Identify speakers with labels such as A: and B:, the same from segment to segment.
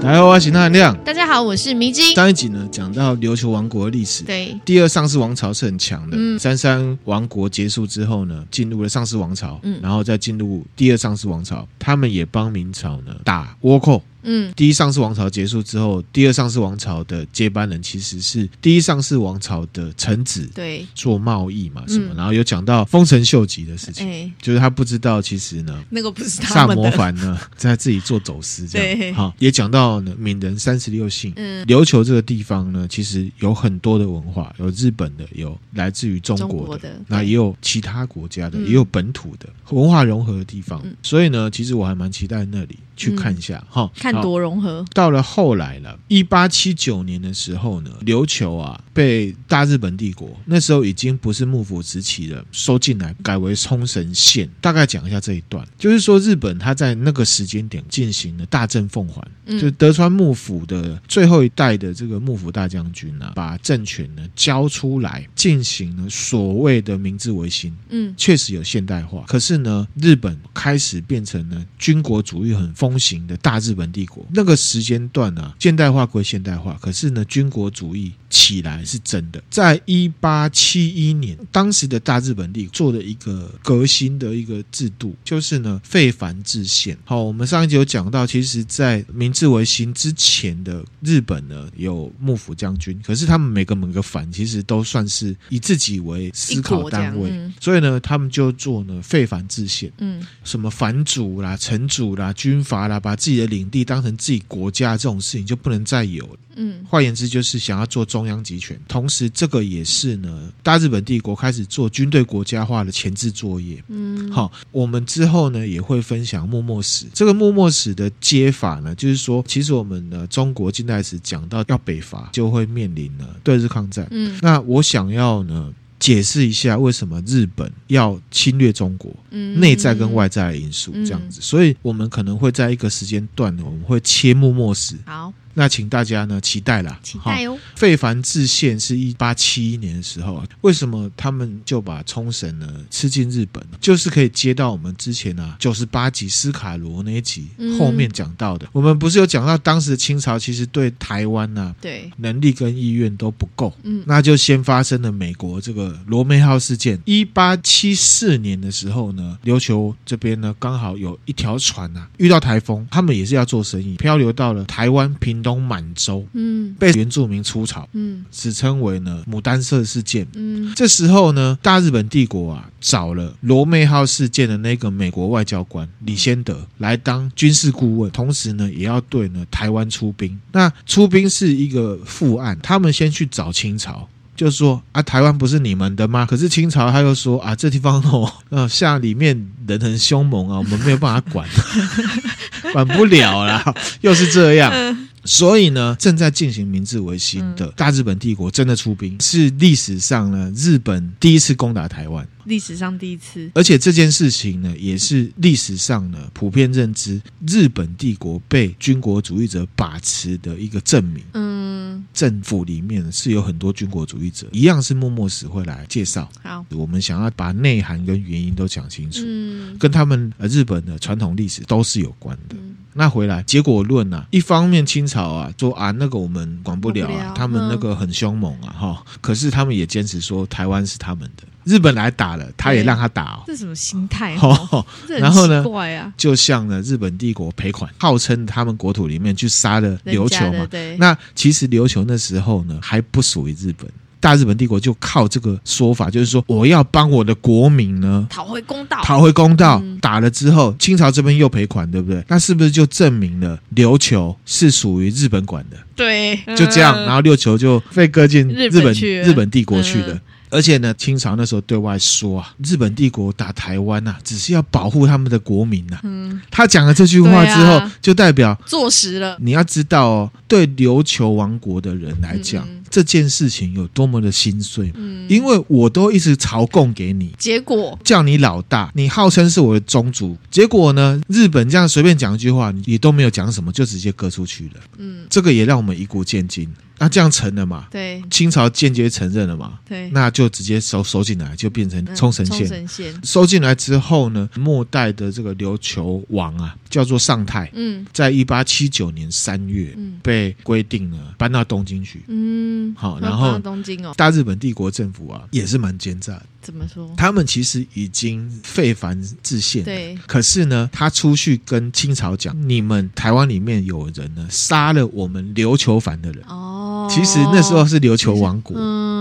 A: 大家好，我是汉亮。
B: 大家好，我是迷津。
A: 上一集呢，讲到琉球王国的历史。
B: 对，
A: 第二上世王朝是很强的，
B: 嗯
A: 三山王国结束之后呢，进入了上世王朝，
B: 嗯
A: 然后再进入第二上世王朝，他们也帮明朝呢打倭寇。
B: 嗯
A: 第一上世王朝结束之后，第二上世王朝的接班人其实是第一上世王朝的臣子，
B: 对，
A: 做贸易嘛什么，
B: 嗯
A: 然后有讲到丰臣秀吉的事
B: 哎、
A: 情，就是他不知道其实呢。
B: 那个不是他
A: 萨
B: 们
A: 摩
B: 的，
A: 藩呢，在自己做走私这
B: 对
A: 样，好，也讲到呢，闽人三十六姓，
B: 嗯，
A: 琉球这个地方呢，其实有很多的文化，有日本的，有来自于中
B: 中
A: 国
B: 国
A: 的
B: 的，
A: 那
B: 对
A: 也有其他国家的，
B: 嗯
A: 也有本土的文化融合的地方
B: 嗯。
A: 所以呢，其实我还蛮期待那里去看一下哈。
B: 看
A: 好
B: 多融合，
A: 到了后来了，一八七九年的时候呢，琉球啊被大日本帝国那时候已经不是幕府时期了，收进来改为冲绳县。大概讲一下这一段，就是说日本它在那个时间点进行了大政奉还，
B: 嗯
A: 就德川幕府的最后一代的这个幕府大将军啊，把政权呢交出来，进行了所谓的明治维新。
B: 嗯
A: 确实有现代化，可是呢，日本开始变成了军国主义很风行的大日本帝国。那个时间段啊，现代化归现代化，可是呢，军国主义起来是真的。在一八七一年，当时的大日本帝国做了一个革新的一个制度，就是呢废藩置县。好，我们上一集有讲到，其实，在明治维新之前的日本呢，有幕府将军，可是他们每个每个藩其实都算是以自己为思考单位
B: 一国这，样嗯
A: 所以呢，他们就做呢废藩置县，
B: 嗯
A: 什么藩主啦、城主啦、军阀啦，把自己的领地当成自己国家这种事情就不能再有了。
B: 嗯
A: 换言之，就是想要做中央集权，同时这个也是呢大日本帝国开始做军队国家化的前置作业。
B: 嗯，
A: 好，我们之后呢也会分享幕末史。这个幕末史的接法呢，就是说，其实我们呢中国近代史讲到要北伐，就会面临呢对日抗战。
B: 嗯
A: 那我想要呢解释一下为什么日本要侵略中国，
B: 嗯，
A: 内在跟外在的因素这样子。所以我们可能会在一个时间段呢，我们会切幕末史。
B: 好，
A: 那请大家呢期待啦，
B: 期
A: 哈
B: 待哦，
A: 废藩置县是一八七一年的时候啊，为什么他们就把冲绳呢吃进日本？就是可以接到我们之前啊九十八集斯卡罗那一集
B: 嗯
A: 后面讲到的，我们不是有讲到当时的清朝其实对台湾啊
B: 对，
A: 能力跟意愿都不够，
B: 嗯
A: 那就先发生了美国这个罗梅号事件。一八七四年的时候呢，琉球这边呢刚好有一条船啊遇到台风，他们也是要做生意，漂流到了台湾屏东满洲，
B: 嗯
A: 被原住民出草，
B: 嗯
A: 史称为呢牡丹社事件。
B: 嗯
A: 这时候呢，大日本帝国啊找了罗妹号事件的那个美国外交官李先德来当军事顾问，同时呢也要对呢台湾出兵。那出兵是一个副案，他们先去找清朝。就说啊，台湾不是你们的 吗？可是清朝他又说啊，这地方哦， 呃，像里面人很凶猛啊，我们没有办法管， 管不了啦， 又是这样。所以呢，正在进行明治维新的大日本帝国真的出兵，是历史上呢日本第一次攻打台湾，
B: 历史上第一次，
A: 而且这件事情呢，也是历史上呢普遍认知日本帝国被军国主义者把持的一个证明。
B: 嗯，
A: 政府里面是有很多军国主义者，一样是默默史会来介绍。
B: 好，
A: 我们想要把内涵跟原因都讲清楚，
B: 嗯
A: 跟他们呃日本的传统历史都是有关的。
B: 嗯
A: 那回来结果论啊，一方面清朝啊说啊那个我们管不了啊，
B: 管不了
A: 他们那个很凶猛啊哈、可是他们也坚持说台湾是他们的，日本来打了，他也
B: 对
A: 让他打哦。
B: 这什么心态、哦？
A: 哦，
B: 这
A: 然后呢
B: 很奇怪啊，
A: 就向呢日本帝国赔款，号称他们国土里面去杀了
B: 人
A: 琉
B: 家
A: 球
B: 的
A: 嘛。
B: 对，
A: 那其实琉球那时候呢还不属于日本，大日本帝国就靠这个说法，就是说我要帮我的国民呢
B: 讨回公道，
A: 讨回公道，
B: 嗯
A: 打了之后，清朝这边又赔款，对不对？那是不是就证明了琉球是属于日本管的？
B: 对，
A: 就这样，然后琉球就被割进
B: 嗯日
A: 日
B: 本
A: 本
B: 去了
A: 日本帝国去了。
B: 嗯
A: 而且呢，清朝那时候对外说啊，日本帝国打台湾呐、啊，只是要保护他们的国民呐、
B: 嗯，
A: 他讲了这句话之后，
B: 对啊
A: 就代表
B: 坐实了，
A: 你要知道哦，对琉球王国的人来讲，
B: 嗯嗯
A: 这件事情有多么的心碎，
B: 嗯，
A: 因为我都一直朝贡给你，
B: 结果
A: 叫你老大，你号称是我的宗族，结果呢，日本这样随便讲一句话，你也都没有讲什么，就直接割出去了。
B: 嗯
A: 这个也让我们一鼓见今。那这样成了嘛？
B: 对
A: 清朝间接承认了嘛？
B: 嗯对，
A: 那就直接收收进来，就变成
B: 嗯
A: 冲绳县。
B: 冲绳县，
A: 收进来之后呢，末代的这个琉球王啊，叫做上泰，
B: 嗯
A: 在一八七九年三月
B: 嗯
A: 被规定了搬到东京去。
B: 嗯，
A: 好
B: 那
A: 然后
B: 搬到东京哦，
A: 大日本帝国政府啊，也是蛮奸诈的，
B: 怎么说？
A: 他们其实已经废藩置县了，
B: 对，
A: 可是呢，他出去跟清朝讲，你们台湾里面有人呢杀了我们琉球藩的人。
B: 哦，
A: 其实那时候是琉球王国，
B: 嗯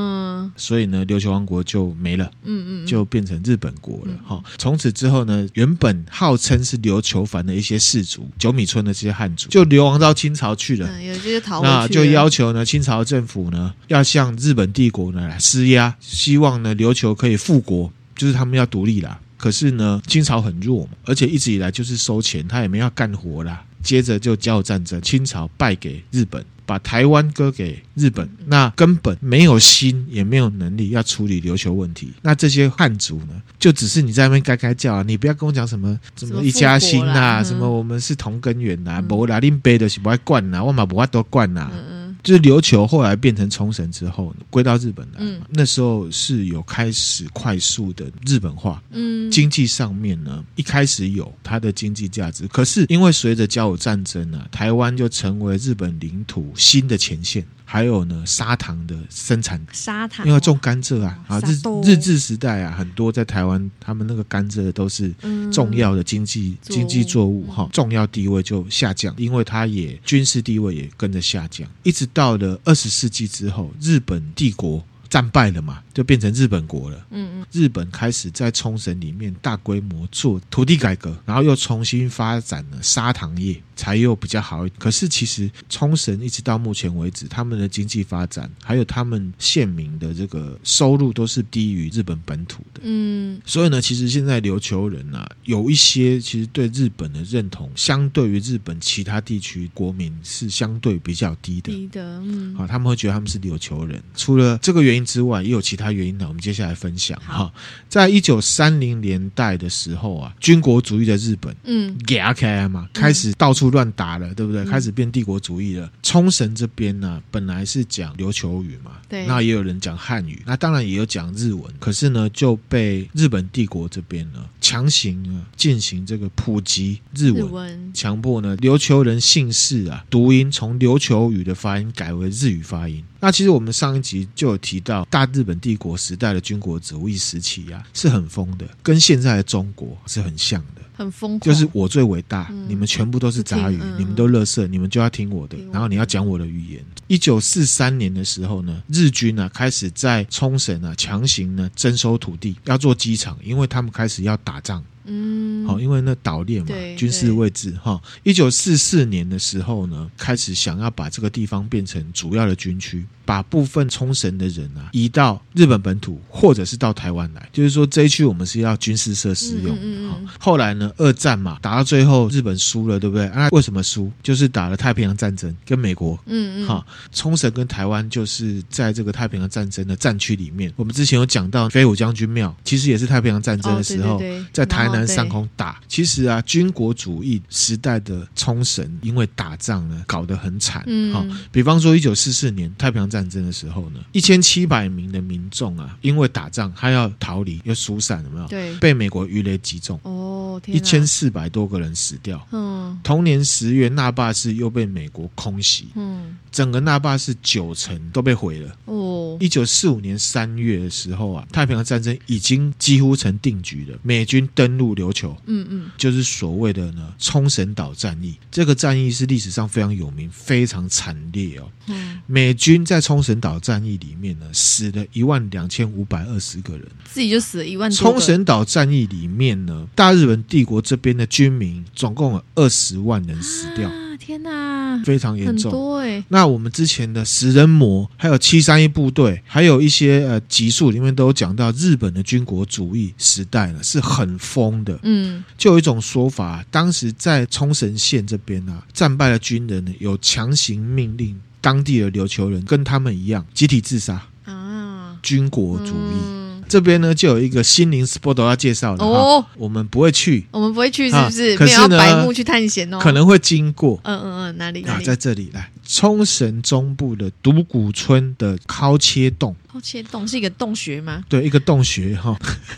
A: 所以呢，琉球王国就没了，
B: 嗯嗯，
A: 就变成日本国了
B: 嗯。
A: 哈、从此之后呢，原本号称是琉球藩的一些士族，九米村的这些汉族，就流亡到清朝去了。
B: 嗯，有些就逃回
A: 那
B: 去
A: 就
B: 了
A: 要求呢，清朝政府呢要向日本帝国呢来施压，希望呢琉球可以复国，就是他们要独立啦。可是呢，清朝很弱嘛，而且一直以来就是收钱，他也没要干活啦。接着就甲午战争，清朝败给日本，把台湾割给日本，那根本没有心，也没有能力要处理琉球问题。那这些汉族呢，就只是你在那边该该叫啊，你不要跟我讲什么什
B: 什
A: 么
B: 么
A: 一家亲
B: 复国
A: 呐、
B: 啦嗯
A: 什么我们是同根源啊呐、
B: 嗯
A: 无啦，恁背的是不爱惯呐，我嘛不爱多惯呐。
B: 嗯
A: 就是琉球后来变成冲绳之后，归到日本来嘛，
B: 嗯
A: 那时候是有开始快速的日本化。
B: 嗯嗯，
A: 经济上面呢，一开始有它的经济价值，可是因为随着甲午战争呢、啊，台湾就成为日本领土新的前线，还有呢砂糖的生产
B: 沙塔，
A: 因为种甘蔗啊，啊
B: 哦
A: 日
B: 沙豆
A: 日治时代啊，很多在台湾他们那个甘蔗都是
B: 嗯
A: 重要的经济、
B: 作物
A: 经济作物哈，重要地位就下降，因为它也军事地位也跟着下降，一直到了二十世纪之后，日本帝国战败了嘛，就变成日本国了。
B: 嗯嗯
A: 日本开始在冲绳里面大规模做土地改革，然后又重新发展了砂糖业，才又比较好一点。可是其实冲绳一直到目前为止，他们的经济发展还有他们县民的这个收入都是低于日本本土的。
B: 嗯
A: 所以呢，其实现在琉球人啊，有一些其实对日本的认同，相对于日本其他地区国民是相对比较低的。
B: 低的，嗯
A: 啊好，他们会觉得他们是琉球人。除了这个原因之外，也有其他原因呢。我们接下来分享
B: 好
A: 哈。在一九三零年代的时候啊，军国主义的日本
B: 嗯
A: 给阿开嘛，开始到处乱打了，对不对？
B: 嗯
A: 开始变帝国主义了。冲绳这边呢、本来是讲琉球语嘛，
B: 对
A: 那也有人讲汉语，那当然也有讲日文，可是呢，就被日本帝国这边呢强行呢进行这个普及日
B: 日
A: 文。
B: 文，
A: 强迫呢琉球人姓氏啊读音从琉球语的发音改为日语发音。那其实我们上一集就有提到，大日本帝国时代的军国主义时期啊是很疯的，跟现在的中国是很像的。
B: 很疯狂，
A: 就是我最伟大，
B: 嗯
A: 你们全部都是杂鱼，
B: 不听嗯
A: 你们都乐色，你们就要听我的
B: 听我，的
A: 然后你要讲我的语言。一九四三年的时候呢，日军啊开始在冲绳啊强行呢征收土地，要做机场，因为他们开始要打仗。
B: 嗯
A: 好、因为那岛链嘛
B: 对，
A: 军事位置哈。一九四四年的时候呢，开始想要把这个地方变成主要的军区，把部分冲绳的人啊移到日本本土，或者是到台湾来。就是说这一区我们是要军事设施用的哈。
B: 嗯嗯嗯嗯
A: 后来呢，二战嘛，打到最后日本输了，对不对？啊，为什么输？就是打了太平洋战争，跟美国
B: 嗯嗯
A: 哈，冲绳跟台湾就是在这个太平洋战争的战区里面。我们之前有讲到飞虎将军庙，其实也是太平洋战争的时候，
B: 哦对对对
A: 在台
B: 然
A: 南
B: 后对
A: 上空打。其实啊，军国主义时代的冲绳，因为打仗呢搞得很惨，
B: 嗯
A: 哈比方说，一九四四年太平洋战争的时候呢，一千七百名的民众啊，因为打仗，他要逃离，要疏散，有没有？
B: 对，
A: 被美国鱼雷击中，
B: 哦天
A: 一
B: 哪，
A: 千四百多个人死掉。
B: 嗯
A: 同年十月，那霸市又被美国空袭，
B: 嗯
A: 整个那霸市九成都被毁了。
B: 哦
A: 一九四五年三月的时候啊，太平洋战争已经几乎成定局了。美军登陆琉球，
B: 嗯嗯
A: 就是所谓的呢冲绳岛战役。这个战役是历史上非常有名、非常惨烈哦。
B: 嗯，
A: 美军在冲绳岛战役里面呢，死了一万两千五百二十个人。
B: 自己就死了一万多
A: 冲
B: 个，
A: 绳岛战役里面呢，大日本帝国这边的军民总共有二十万人死掉，
B: 啊天哪，
A: 非常严
B: 很
A: 重。
B: 多哎，
A: 那我们之前的食人魔，还有七三一部队，还有一些呃集数里面都有讲到，日本的军国主义时代呢是很疯的。
B: 嗯
A: 就有一种说法，当时在冲绳县这边啊，战败的军人呢有强行命令当地的琉球人跟他们一样集体自杀，
B: 啊，
A: 军国主义。
B: 嗯
A: 这边呢就有一个心灵 spot 要介绍了哈，
B: 哦，
A: 我们不会去，
B: 我们不会去是不是
A: 啊？可
B: 没
A: 是
B: 有
A: 呢
B: 要白目去探险哦。
A: 可，能会经过
B: 嗯嗯嗯，哪里哪
A: 啊，
B: 里
A: 在？这里来冲绳中部的独谷村的尻切洞，
B: 哦，切洞是一个洞穴吗？
A: 对，一个洞穴哈。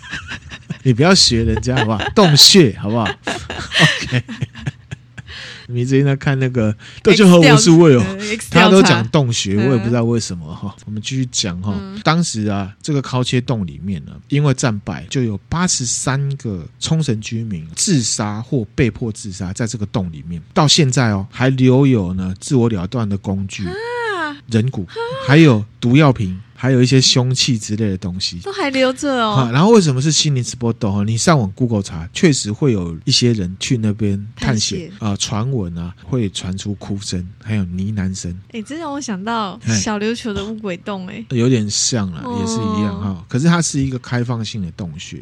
A: 你不要学人家好不好？洞穴好不 好？OK。你最近在看那个《对就和我是我有》，
B: 呃，X
A: 他
B: 调
A: 都
B: 查
A: 讲洞穴，
B: 嗯
A: 我也不知道为什么哈。我们继续讲哈
B: 嗯，
A: 当时啊，这个尻切洞里面呢，因为战败，就有八十三个冲绳居民自杀或被迫自杀，在这个洞里面，到现在哦，还留有呢自我了断的工具、
B: 啊
A: 人骨，还有毒药瓶，还有一些凶器之类的东西。
B: 都还留着
A: 啊，
B: 哦。
A: 然后为什么是心灵 spot 哈？你上网 Google 查，确实会有一些人去那边探险
B: 探
A: 啊、传闻啊会传出哭声，还有呢喃声。
B: 哎，这让我想到
A: 哎
B: 小琉球的乌鬼洞，哎，
A: 有点像啦，
B: 哦
A: 也是一样哈、可是它是一个开放性的洞穴，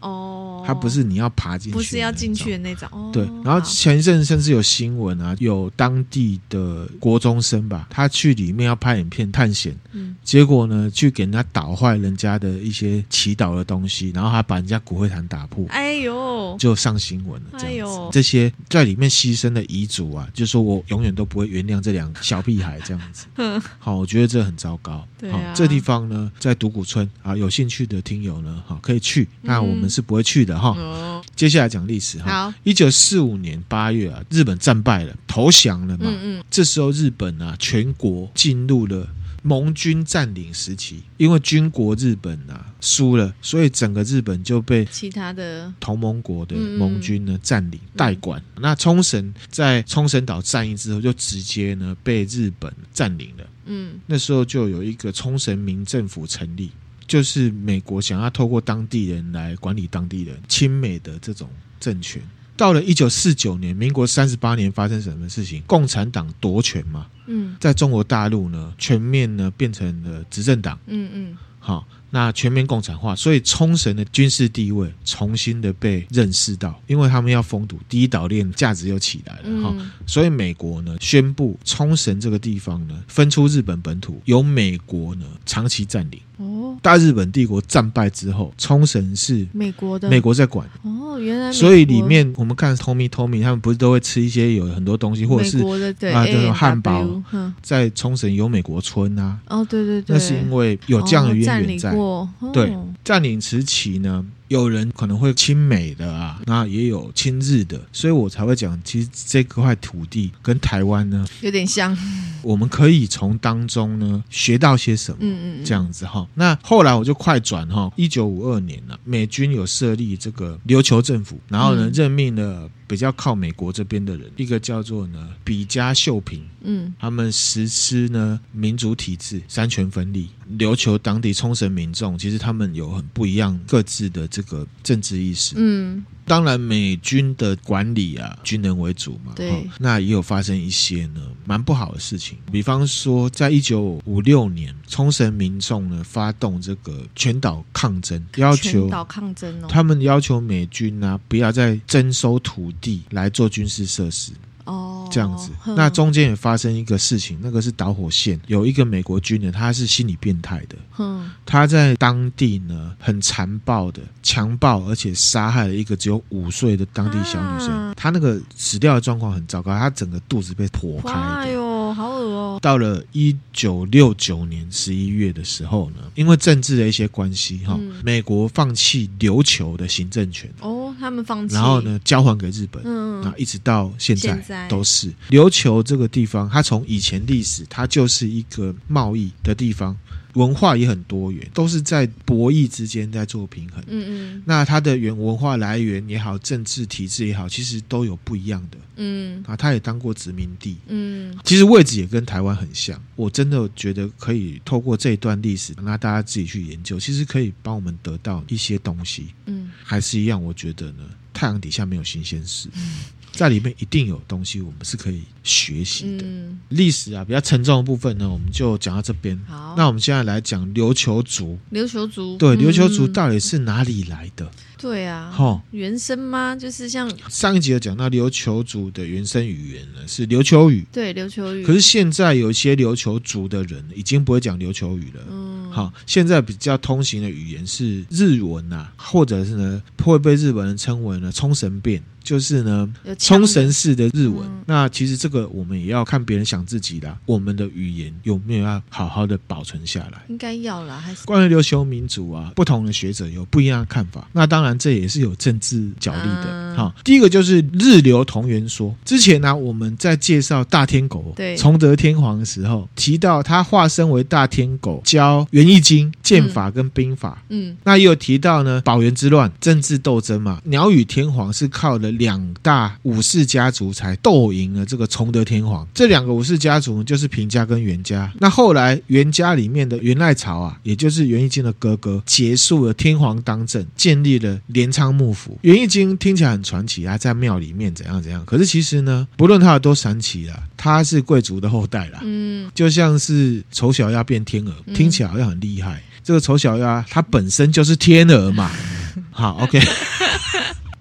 B: 哦，
A: 它不是你要爬进去，
B: 不是要进去。的那种，哦，
A: 对，然后
B: 好
A: 前一阵甚至有新闻啊，有当地的国中生吧，他去里面要拍影片探险，
B: 嗯，
A: 结果呢，去给人家捣坏人家的一些祈祷的东西，然后还把人家骨灰坛打破，
B: 哎呦，
A: 就上新闻了。这
B: 哎
A: 样子
B: 呦，
A: 这些在里面牺牲的遗族啊，就说我永远都不会原谅这两个小屁孩这样子。
B: 哼
A: 好，我觉得这很糟糕。
B: 对
A: 好
B: 啊
A: 这地方呢，在独谷村啊，有兴趣的听友呢，哈，可以去。那我们是不会去的哈。
B: 哦，
A: 接下来讲历史哈。
B: 好，
A: 一九四五年八月啊，日本战败了，投降了嘛。
B: 嗯嗯，
A: 这时候日本啊，全国进入了盟军占领时期，因为军国日本啊输了，所以整个日本就被
B: 其他的，
A: 同盟国的
B: 嗯嗯嗯
A: 盟军呢占领代管。那冲绳在冲绳岛战役之后，就直接呢被日本占领了。
B: 嗯
A: 那时候就有一个冲绳民政府成立，就是美国想要透过当地人来管理当地人，亲美的这种政权。到了一九四九年，民国三十八年发生什么事情？共产党夺权嘛，
B: 嗯
A: 在中国大陆呢，全面呢变成了执政党，
B: 嗯嗯，
A: 好，那全面共产化，所以冲绳的军事地位重新的被认识到，因为他们要封堵，第一岛链价值又起来了哈、
B: 嗯
A: 所以美国呢宣布冲绳这个地方呢分出日本本土，由美国呢长期占领。
B: 哦，
A: 大日本帝国战败之后，冲绳是
B: 美国的，
A: 美国在管，
B: 哦，原来美国，
A: 所以里面我们看 Tommy Tommy 他们不是都会吃一些有很多东西，或者
B: 美
A: 是
B: 国的对
A: 啊这种汉堡
B: A&W 哼
A: 在冲绳有美国村啊，
B: 哦，对对对，
A: 那是因为有这样的
B: 哦占
A: 渊
B: 领
A: 源在。
B: 过，哦
A: 对，占领时期呢，有人可能会亲美的啊，那也有亲日的，所以我才会讲，其实这块土地跟台湾呢，
B: 有点像，
A: 我们可以从当中呢学到些什么。
B: 嗯嗯，
A: 这，样子哈，那后来我就快转哈，一九五二年了，美军有设立这个琉球政府，然后呢
B: 嗯
A: 任命了比较靠美国这边的人，一个叫做呢比加秀平，
B: 嗯
A: 他们实施呢民主体制、三权分立，琉球当地冲绳民众其实他们有很不一样各自的这个政治意识。
B: 嗯，
A: 当然，美军的管理啊，军人为主嘛，
B: 对
A: 哦那也有发生一些呢蛮不好的事情，比方说，在一九五六年，冲绳民众呢发动这个全岛抗争，要求
B: 全。岛抗争哦，
A: 他们要求美军呢、不要再征收土地来做军事设施，
B: 哦，
A: 这样子。
B: 哼
A: 那中间也发生一个事情，那个是导火线，有一个美国军人，他是心理变态的，
B: 哼
A: 他在当地呢很残暴的强暴，而且杀害了一个只有五岁的当地小女生。
B: 啊
A: 他那个死掉的状况很糟糕，他整个肚子被剖开
B: 哇
A: 的。
B: 哟，好恶哦，
A: 到了一九六九年十一月的时候呢，因为政治的一些关系哈，
B: 嗯
A: 美国放弃琉球的行政权，
B: 哦，他们放弃，
A: 然后，呢交还给日本。
B: 嗯，
A: 那一直到现在
B: 现在
A: 都是琉球这个地方，它从以前历史，它就是一个贸易的地方，文化也很多元，都是在博弈之间在做平衡。
B: 嗯嗯
A: 那它的原文化来源也好，政治体制也好，其实都有不一样的
B: 嗯
A: 啊。它也当过殖民地，
B: 嗯，
A: 其实位置也跟台湾很像。我真的觉得可以透过这一段历史，那大家自己去研究，其实可以帮我们得到一些东西。
B: 嗯，
A: 还是一样，我觉得呢，太阳底下没有新鲜事，
B: 嗯
A: 在里面一定有东西我们是可以学习的。
B: 嗯，
A: 历史啊，比较沉重的部分呢，我们就讲到这边。
B: 好，
A: 那我们现在来讲琉球族，
B: 琉球族，
A: 对，琉球族
B: 嗯
A: 到底是哪里来的？
B: 对啊，
A: 哈、
B: 原生吗？就是像
A: 上一集有讲到琉球族的原生语言呢是琉球语，
B: 对琉球语，
A: 可是现在有一些琉球族的人已经不会讲琉球语了，
B: 嗯，
A: 好，现在比较通行的语言是日文呐、或者是呢会被日本人称为呢冲绳变，就是呢
B: 有枪
A: 冲
B: 的
A: 绳式的日文。
B: 嗯
A: 那其实这个我们也要看别人想自己啦，我们的语言有没有要好好的保存下来。
B: 应该要啦，还是
A: 关于琉球民族啊，不同的学者有不一样的看法。那当然，这也是有政治角力的。
B: 嗯
A: 好、第一个就是日流同源说。之前呢、我们在介绍大天狗
B: 对
A: 崇德天皇的时候，提到他化身为大天狗，教《元易经》、剑法跟兵法。
B: 嗯
A: 那也有提到呢，保元之乱、政治斗争嘛，鸟羽天皇是靠了两大武士家族才斗赢了这个崇德天皇。这两个武士家族就是平家跟源家。那后来源家里面的源赖朝啊，也就是源义经的哥哥，结束了天皇当政，建立了镰仓幕府。源义经听起来很传奇，他在庙里面怎样怎样，可是其实呢，不论他有多神奇啦，他是贵族的后代啦。
B: 嗯，
A: 就像是丑小鸭变天鹅，
B: 嗯
A: 听起来好像很厉害。这个丑小鸭它本身就是天鹅嘛。 好，OK。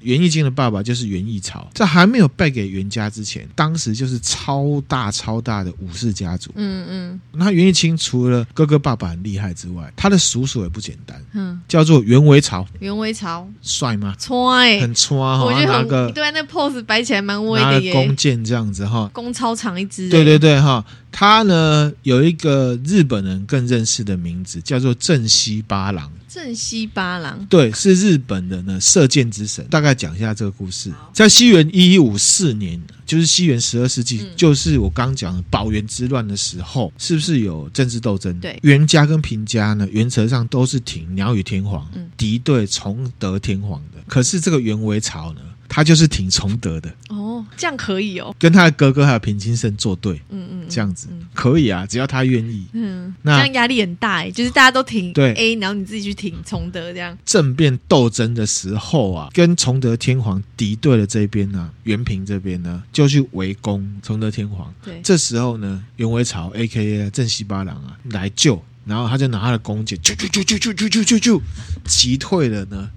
A: 袁义经的爸爸就是袁义朝，在还没有败给袁家之前，当时就是超大超大的武士家族。
B: 嗯嗯
A: 那袁义清除了哥哥爸爸很厉害之外，他的叔叔也不简单，
B: 嗯，
A: 叫做袁维朝，
B: 袁维朝，
A: 帅吗？
B: 穿哎、
A: 很穿哈，
B: 我觉得
A: 拿
B: 很
A: 个
B: 对啊，那 pose 摆起来蛮威
A: 拿
B: 的
A: 个弓
B: 耶，
A: 箭这样子哈，
B: 弓超长一支、
A: 对对，对哈，他呢有一个日本人更认识的名字，叫做正西八郎。
B: 正西八郎，
A: 对，是日本的呢射箭之神。大概讲一下这个故事，在西元一一五四年，就是西元十二世纪，
B: 嗯
A: 就是我刚讲的保元之乱的时候，是不是有政治斗争？
B: 对
A: 源家跟平家呢，原则上都是挺鸟羽天皇、
B: 嗯
A: 敌对崇德天皇的。可是这个源为朝呢，他就是挺崇德的，
B: 哦，这样可以哦，
A: 跟他的哥哥还有平清盛作对，
B: 嗯嗯，嗯
A: 这样子、
B: 嗯
A: 可以啊，只要他愿意。
B: 嗯，这
A: 那
B: 样压力很大哎、就是大家都挺
A: 对
B: A，然后你自己去挺崇德这样，
A: 政变斗争的时候啊，跟崇德天皇敌对的这边呢、元平这边呢，就去围攻崇德天皇。
B: 对，
A: 这时候呢，袁维朝 A K A 正西八郎啊来救，然后他就拿他的弓箭，啾啾啾啾啾啾啾啾啾，击退了呢。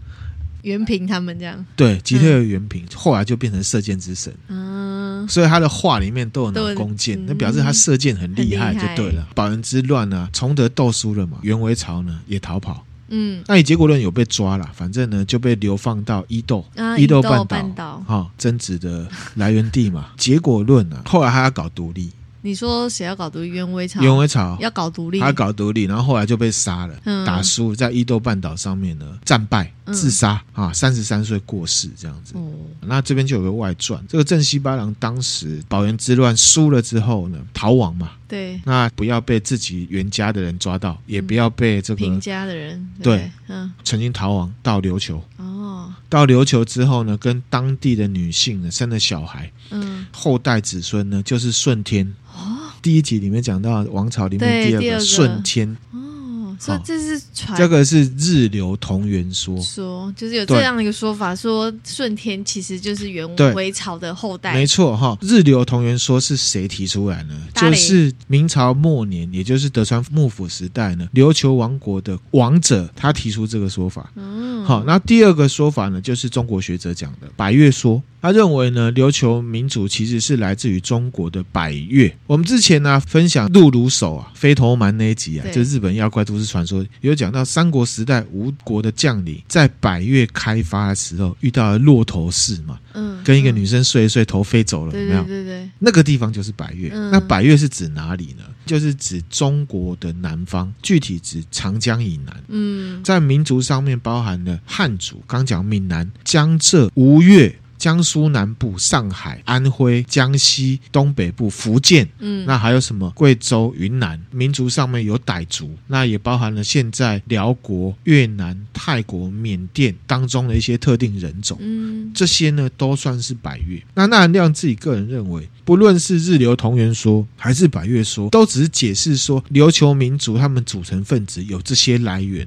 B: 袁平他们这样，
A: 对，击退了袁平，后来就变成射箭之神。
B: 嗯，
A: 所以他的画里面都有
B: 都
A: 拿
B: 有
A: 弓箭，
B: 嗯
A: 那表示他射箭很厉害
B: 很
A: 就
B: 厉害
A: 对了。保元之乱呢、崇德斗输了嘛，袁维朝呢也逃跑，
B: 嗯，
A: 那以结果论有被抓了，反正呢就被流放到伊豆，
B: 啊
A: 伊豆
B: 伊豆
A: 半
B: 半
A: 岛
B: 岛
A: 哈、争执的来源地 嘛。结果论啊，后来他要搞独立，
B: 你说谁要搞独立？袁维朝
A: 袁维朝
B: 要搞独立，
A: 他搞独立，然后后来就被杀了，
B: 嗯
A: 打输了在伊豆半岛上面呢战败
B: 嗯
A: 自杀、啊，三十三岁过世这样子。
B: 哦，
A: 那这边就有个外传，这个正西八郎当时保元之乱输了之后呢，逃亡嘛，
B: 对，
A: 那不要被自己袁家的人抓到，也不要被这
B: 嗯平
A: 个
B: 家的人，对不
A: 对
B: 对，嗯，
A: 曾经逃亡到琉球
B: 哦，
A: 到琉球之后呢，跟当地的女性呢生了小孩，
B: 嗯，
A: 后代子孙呢就是顺天。
B: 哦
A: 第一集里面讲到王朝里面
B: 对
A: 第二
B: 第二
A: 个
B: 个
A: 顺天，
B: 哦，所以
A: 好
B: 这是传
A: 这个是日流同源说，
B: 说，就是有
A: 对
B: 这样一个说法，说顺天其实就是元
A: 对
B: 回朝的后代，
A: 没错哈。日流同源说是谁提出来呢？
B: 达
A: 就
B: 雷
A: 是明朝末年，也就是德川幕府时代呢，琉球王国的王者他提出这个说法。
B: 嗯，
A: 好，那第二个说法呢，就是中国学者讲的百越说。他认为呢，琉球民族其实是来自于中国的百越。我们之前呢、分享鹿乳手啊、飞头蛮那一集啊，
B: 对
A: 就日本妖怪都市传说，有讲到三国时代吴国的将领在百越开发的时候遇到了骆头氏嘛，
B: 嗯，
A: 跟一个
B: 嗯
A: 女，生睡一睡头飞走了，有
B: 对
A: 没有
B: 对？对对，
A: 那个地方就是百越。
B: 嗯
A: 那百越是指哪里呢？就是指中国的南方，具体指长江以南。
B: 嗯，
A: 在民族上面包含了汉族，刚讲闽南、江浙、吴越、江苏南部、上海、安徽、江西东北部、福建。
B: 嗯，
A: 那还有什么？贵州、云南民族上面有傣族，那也包含了现在辽国、越南、泰国、缅甸当中的一些特定人种。
B: 嗯，
A: 这些呢都算是百越。那那含亮自己个人认为，不论是日流同源说还是百越说，都只是解释说琉球民族他们组成分子有这些来源。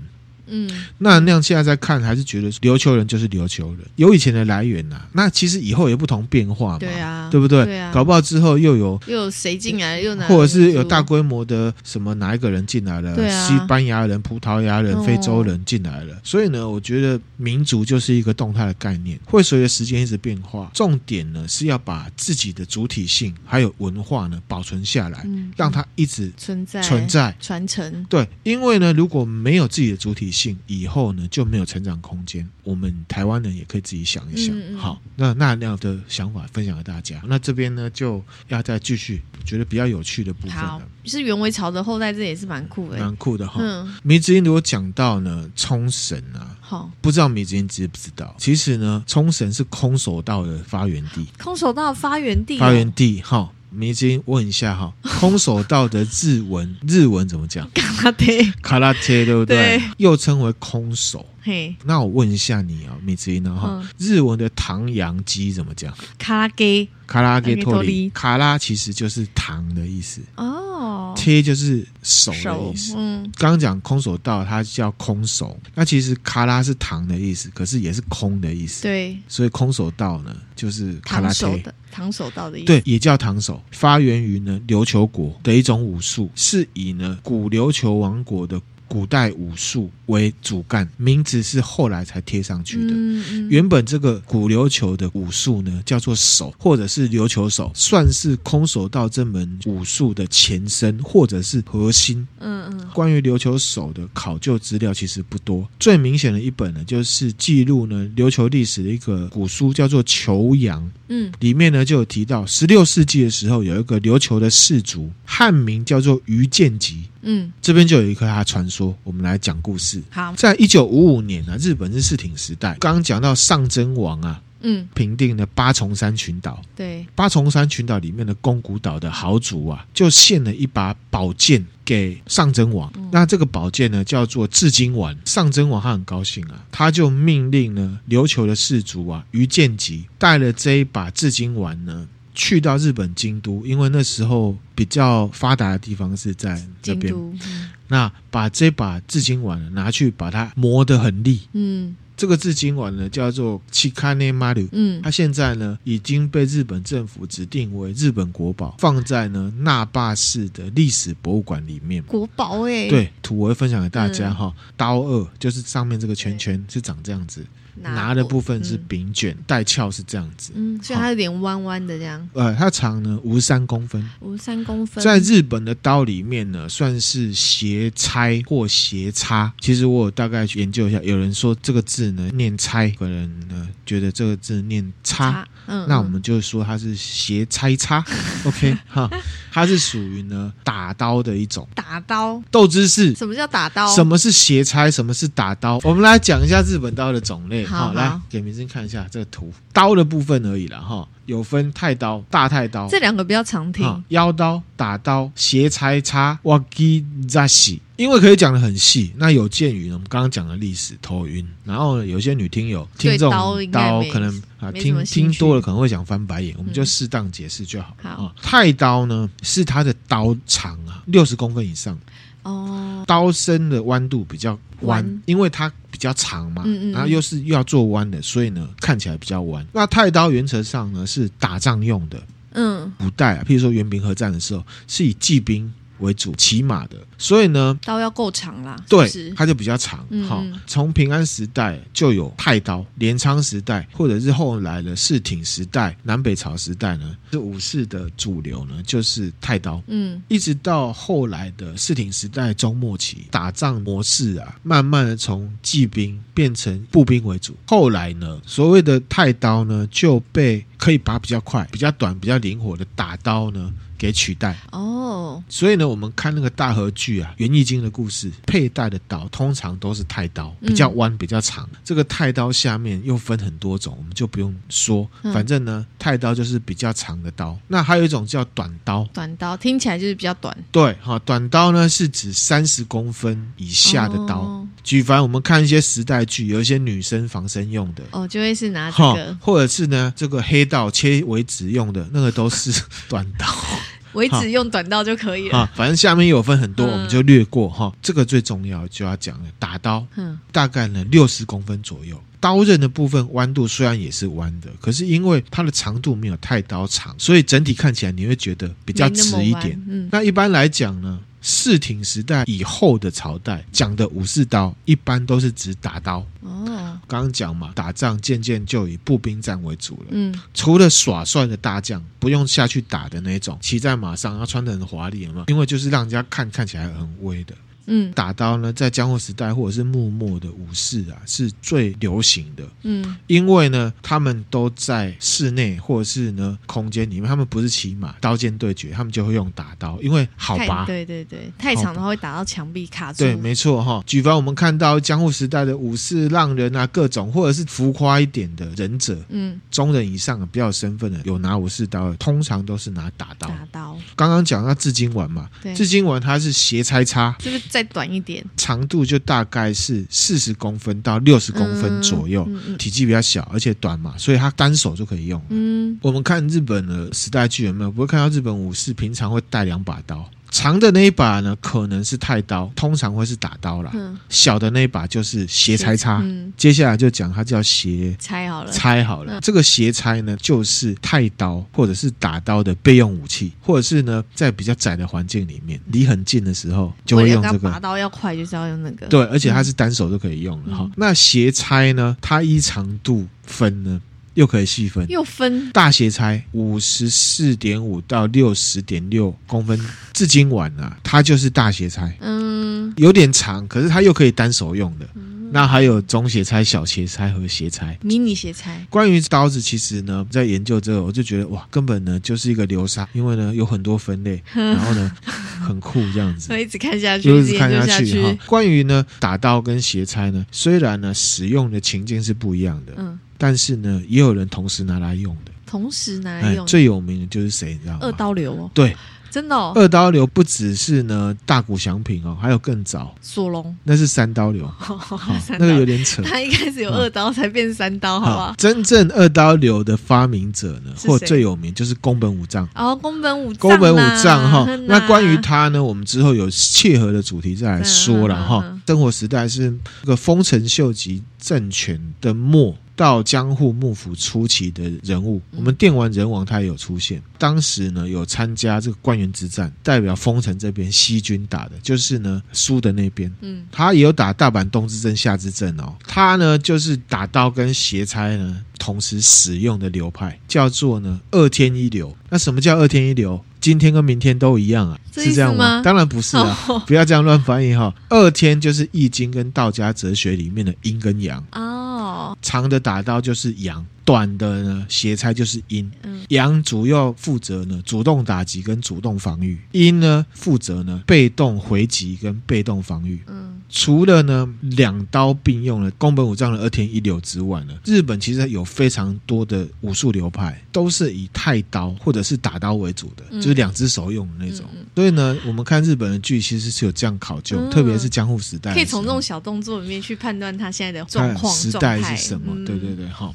B: 嗯，
A: 那那样现在在看，还是觉得琉球人就是琉球人，有以前的来源呐、啊那其实以后有不同变化嘛，
B: 对啊，
A: 对不对？
B: 对啊，
A: 搞不好之后又有，
B: 又有谁进来，又拿，
A: 或者是有大规模的什么哪一个人进来了，
B: 对啊
A: 西班牙人、葡萄牙人、
B: 哦
A: 非洲人进来了。所以呢，我觉得民族就是一个动态的概念，会随着时间一直变化。重点呢是要把自己的主体性还有文化呢保存下来，
B: 嗯，
A: 让它一直
B: 存在
A: 存在。
B: 传承，
A: 对，因为呢，如果没有自己的主体性，以后呢就没有成长空间。我们台湾人也可以自己想一想。
B: 嗯嗯
A: 好，那那那样的想法分享给大家。那这边呢，就要再继续觉得比较有趣的部分
B: 好
A: 了，，
B: 是袁维朝的后代，这也是蛮酷的，
A: 蛮酷的哈。
B: 嗯，
A: 迷之音如果讲到呢，冲绳啊。
B: 好，
A: 不知道迷之音知不知道？其实呢，冲绳是空手道的发源地，
B: 空手道发源地哦，
A: 发源地哈。迷之音问一下 哈，空手道的日文日文怎么讲？
B: 干嘛的？
A: 卡拉切对不对
B: 对？
A: 又称为空手。
B: 嘿，
A: 那我问一下你啊、米子英呢哈，
B: 嗯
A: 日文的唐扬鸡怎么讲？
B: 卡拉给
A: 卡拉给托
B: 唐揚げ
A: 里，
B: 鳥
A: 卡拉其实就是糖的意思，
B: 哦，
A: 贴就是手的意思。
B: 嗯，
A: 刚刚讲空手道，它叫空手，那其实卡拉是糖的意思，可是也是空的意思。
B: 对，
A: 所以空手道呢，就是卡拉
B: 唐手
A: 贴。
B: 的唐手道的意思，
A: 对，也叫唐手，发源于呢琉球国的一种武术，是以呢古琉球王国的古代武术为主干，名字是后来才贴上去的。
B: 嗯嗯，
A: 原本这个古琉球的武术呢，叫做手，或者是琉球手，算是空手道这门武术的前身，或者是核心。
B: 嗯嗯
A: 关于琉球手的考究资料其实不多，最明显的一本呢，就是记录呢琉球历史的一个古书，叫做《求洋》。
B: 嗯，
A: 里面呢就有提到，十六世纪的时候有一个琉球的氏族，汉名叫做于建吉，
B: 嗯，
A: 这边就有一个他的传说，我们来讲故事。
B: 好，
A: 在一九五五年啊，日本日式挺时代，刚刚讲到上真王啊，
B: 嗯，
A: 平定了八重山群岛。
B: 对，
A: 八重山群岛里面的宫古岛的豪族啊，就献了一把宝剑给上真王。
B: 嗯
A: 那这个宝剑呢，叫做至今丸。上真王他很高兴啊，他就命令呢琉球的氏族啊于建吉带了这一把至今丸呢。去到日本京都，因为那时候比较发达的地方是在这
B: 京
A: 边。
B: 都，嗯
A: 那把这把至今丸呢拿去把它磨得很利，
B: 嗯
A: 这个至今丸呢叫做 Chikane Maru，
B: 嗯
A: 它现在呢已经被日本政府指定为日本国宝，放在呢那霸市的历史博物馆里面。
B: 国宝哎，，
A: 对，图我会分享给大家哈、刀二就是上面这个圈圈是长这样子，拿的部分是
B: 嗯
A: 柄卷，带鞘是这样子。
B: 嗯，所以它有点弯弯的这样，
A: 呃，它长呢五十三公分，
B: 五三公分，
A: 在日本的刀里面呢，算是斜拆或斜插。其实我有大概去研究一下，有人说这个字呢念拆，有人呢觉得这个字念插。
B: 叉，嗯，
A: 那
B: 嗯
A: 我们就说它是斜拆叉 ，OK 哈，它是属于呢打刀的一种
B: 打刀，
A: 斗知识。
B: 什么叫打刀？
A: 什么是斜拆？什么是打刀？我们来讲一下日本刀的种类。
B: 好
A: 哈
B: 好
A: 来给明星看一下这个图，刀的部分而已了哈，有分太刀、大太刀、
B: 这两个比较常听，
A: 啊腰刀、打刀、斜拆叉、哇基扎西。因为可以讲的很细，那有鉴于呢我们刚刚讲的历史头晕，然后呢有些女听友听
B: 对
A: 这种
B: 刀应该
A: 刀
B: 没
A: 可能啊
B: 没什
A: 听
B: 么兴
A: 听
B: 趣
A: 多了可能会想翻白眼，我们就
B: 嗯
A: 适当解释就好。
B: 好
A: 啊，太刀呢是它的刀长啊六十公分以上，
B: 哦，
A: 刀身的弯度比较弯，
B: 弯
A: 因为它比较长嘛，
B: 嗯嗯嗯
A: 然后又是又要做弯的，所以呢看起来比较弯。那太刀原则上呢是打仗用的，
B: 嗯，
A: 古代啊，譬如说元平和战的时候，是以骑兵为主，骑马的，所以呢，
B: 刀要够长啦，
A: 对
B: 是，不是
A: 它就比较长
B: 嗯。
A: 好、
B: 嗯
A: 从平安时代就有太刀，镰仓时代，或者是后来的室町时代、南北朝时代呢，这武士的主流呢就是太刀。
B: 嗯
A: 一直到后来的室町时代中末期，打仗模式啊，慢慢的从骑兵变成步兵为主。后来呢，所谓的太刀呢，就被可以拔比较快、比较短、比较灵活的打刀呢给取代。
B: 哦，
A: 所以呢，我们看那个大和剧啊，《园艺经》的故事，佩戴的刀通常都是太刀，
B: 嗯
A: 比较弯、比较长。这个太刀下面又分很多种，我们就不用说。
B: 嗯
A: 反正呢，太刀就是比较长的刀。那还有一种叫短刀，
B: 短刀听起来就是比较短，
A: 对，哈，短刀呢是指三十公分以下的刀。
B: 哦
A: 举凡我们看一些时代剧，有一些女生防身用的。
B: 哦，就会是拿这
A: 哈
B: 个，
A: 或者是呢，这个黑道切为止用的那个都是 短刀，
B: 为止用短刀就可以了。
A: 啊，反正下面有分很多，
B: 嗯
A: 我们就略过哈。这个最重要就要讲了，打刀
B: 嗯
A: 大概呢六十公分左右。刀刃的部分弯度虽然也是弯的，可是因为它的长度没有太刀长，所以整体看起来你会觉得比
B: 比
A: 较直一点。。
B: 嗯，
A: 那一般来讲呢，四挺时代以后的朝代讲的武士刀，一般都是指打刀。
B: 哦，
A: 刚刚讲嘛，打仗渐渐就以步兵战为主了。
B: 嗯
A: 除了耍帅的大将，不用下去打的那种，骑在马上，要穿的很华丽，有没有？因为就是让人家看看起来很威的。
B: 嗯
A: 打刀呢，在江户时代或者是幕末的武士啊，是最流行的，
B: 嗯
A: 因为呢，他们都在室内或者是呢空间里面，他们不是骑马刀剑对决，他们就会用打刀，因为好
B: 太
A: 拔。
B: 对对对，太
A: 好
B: 长的
A: 拔
B: 话会打到墙壁卡住。
A: 对，没错哈。举凡我们看到江户时代的武士、浪人啊，各种或者是浮夸一点的忍者、
B: 嗯，
A: 中人以上比较有身份的，有拿武士刀的，通常都是拿打刀。
B: 打刀，
A: 刚刚讲到至今丸嘛，
B: 对，
A: 至
B: 是
A: 今丸它是斜拆叉，
B: 不是再短一点？
A: 长度就大概是四十公分到六十公分左右，
B: 嗯嗯
A: 体积比较小，而且短嘛，所以它单手就可以用。
B: 嗯，
A: 我们看日本的时代剧有没有？不会看到日本武士平常会带两把刀，长的那一把呢可能是太刀，通常会是打刀啦；
B: 嗯
A: 小的那一把就是斜裁叉。
B: 嗯，
A: 接下来就讲它叫斜
B: 拆好了。
A: 拆好了，
B: 嗯
A: 这个斜拆呢，就是太刀或者是打刀的备用武器，或者是呢，在比较窄的环境里面，离很近的时候就会
B: 为了
A: 用
B: 刚
A: 这
B: 拔
A: 个。
B: 刀要快，就是要用那个。
A: 对，而且它是单手都可以用的哈、
B: 嗯
A: 那斜拆呢，它依长度分呢，又可以细分。
B: 又分
A: 大斜拆五十四点五到六十点六公分，至今晚啊，它就是大斜拆，
B: 嗯
A: 有点长，可是它又可以单手用的。那还有中斜拆、小斜拆和斜拆。
B: 迷你斜拆，
A: 关于刀子，其实呢，在研究之后，我就觉得哇，根本呢就是一个流沙，因为呢有很多分 类，然后呢很酷这样子
B: 所。以一直看下去，
A: 就
B: 直
A: 是看
B: 研究下
A: 去哈。关于呢打刀跟斜拆呢，虽然呢使用的情境是不一样的，
B: 嗯，
A: 但是呢也有人同时拿来用的。哎
B: 同时拿来用
A: 最有名的就是谁，你知道吗？
B: 二刀流哦，
A: 对，
B: 真的哦，
A: 二刀流不只是呢大谷翔平哦，还有更早，
B: 索隆，
A: 那是三刀流，好
B: 三
A: 那个
B: 刀
A: 有点扯。
B: 他一开始有二刀，才变三刀，好不好？
A: 真正二刀流的发明者呢，
B: 是谁
A: 或最有名就是宫本武藏。
B: 哦，宫本武藏啦，啊
A: 宫本武藏哈，
B: 哼呐
A: 那关于他呢，我们之后有切合的主题再来说了
B: 嗯嗯
A: 哈
B: 嗯。
A: 生活时代是这个丰臣秀吉政权的末到江户幕府初期的人物，
B: 嗯
A: 我们电玩人王他也有出现。当时呢有参加这个官员之战，代表丰臣这边西军打的，就是呢输的那边。
B: 嗯
A: 他也有打大阪东之镇、夏之镇哦。他呢就是打刀跟斜拆呢同时使用的流派，叫做呢二天一流。那什么叫二天一流？今天跟明天都一样啊，
B: 这
A: 是这样
B: 意思
A: 吗
B: 吗？
A: 当然不是啊，
B: 哦
A: 不要这样乱翻译哈、二天就是易经跟道家哲学里面的阴跟阳，
B: 哦，
A: 长的打刀就是阳，短的呢斜拆就是阴。
B: 嗯
A: 阳主要负责呢主动打击跟主动防御，阴呢负责呢被动回击跟被动防御。
B: 嗯
A: 除了呢两刀并用了宫本武藏的二天一流之外呢，日本其实有非常多的武术流派，都是以太刀或者是打刀为主的，
B: 嗯
A: 就是两只手用的那种。
B: 嗯
A: 所以呢，我们看日本的剧其实是有这样考究，
B: 嗯
A: 特别是江户时代的时候，
B: 可以从这种小动作里面去判断他现在的状
A: 看
B: 况、
A: 时
B: 状
A: 代
B: 态
A: 是什么。
B: 嗯
A: 对对对，哈。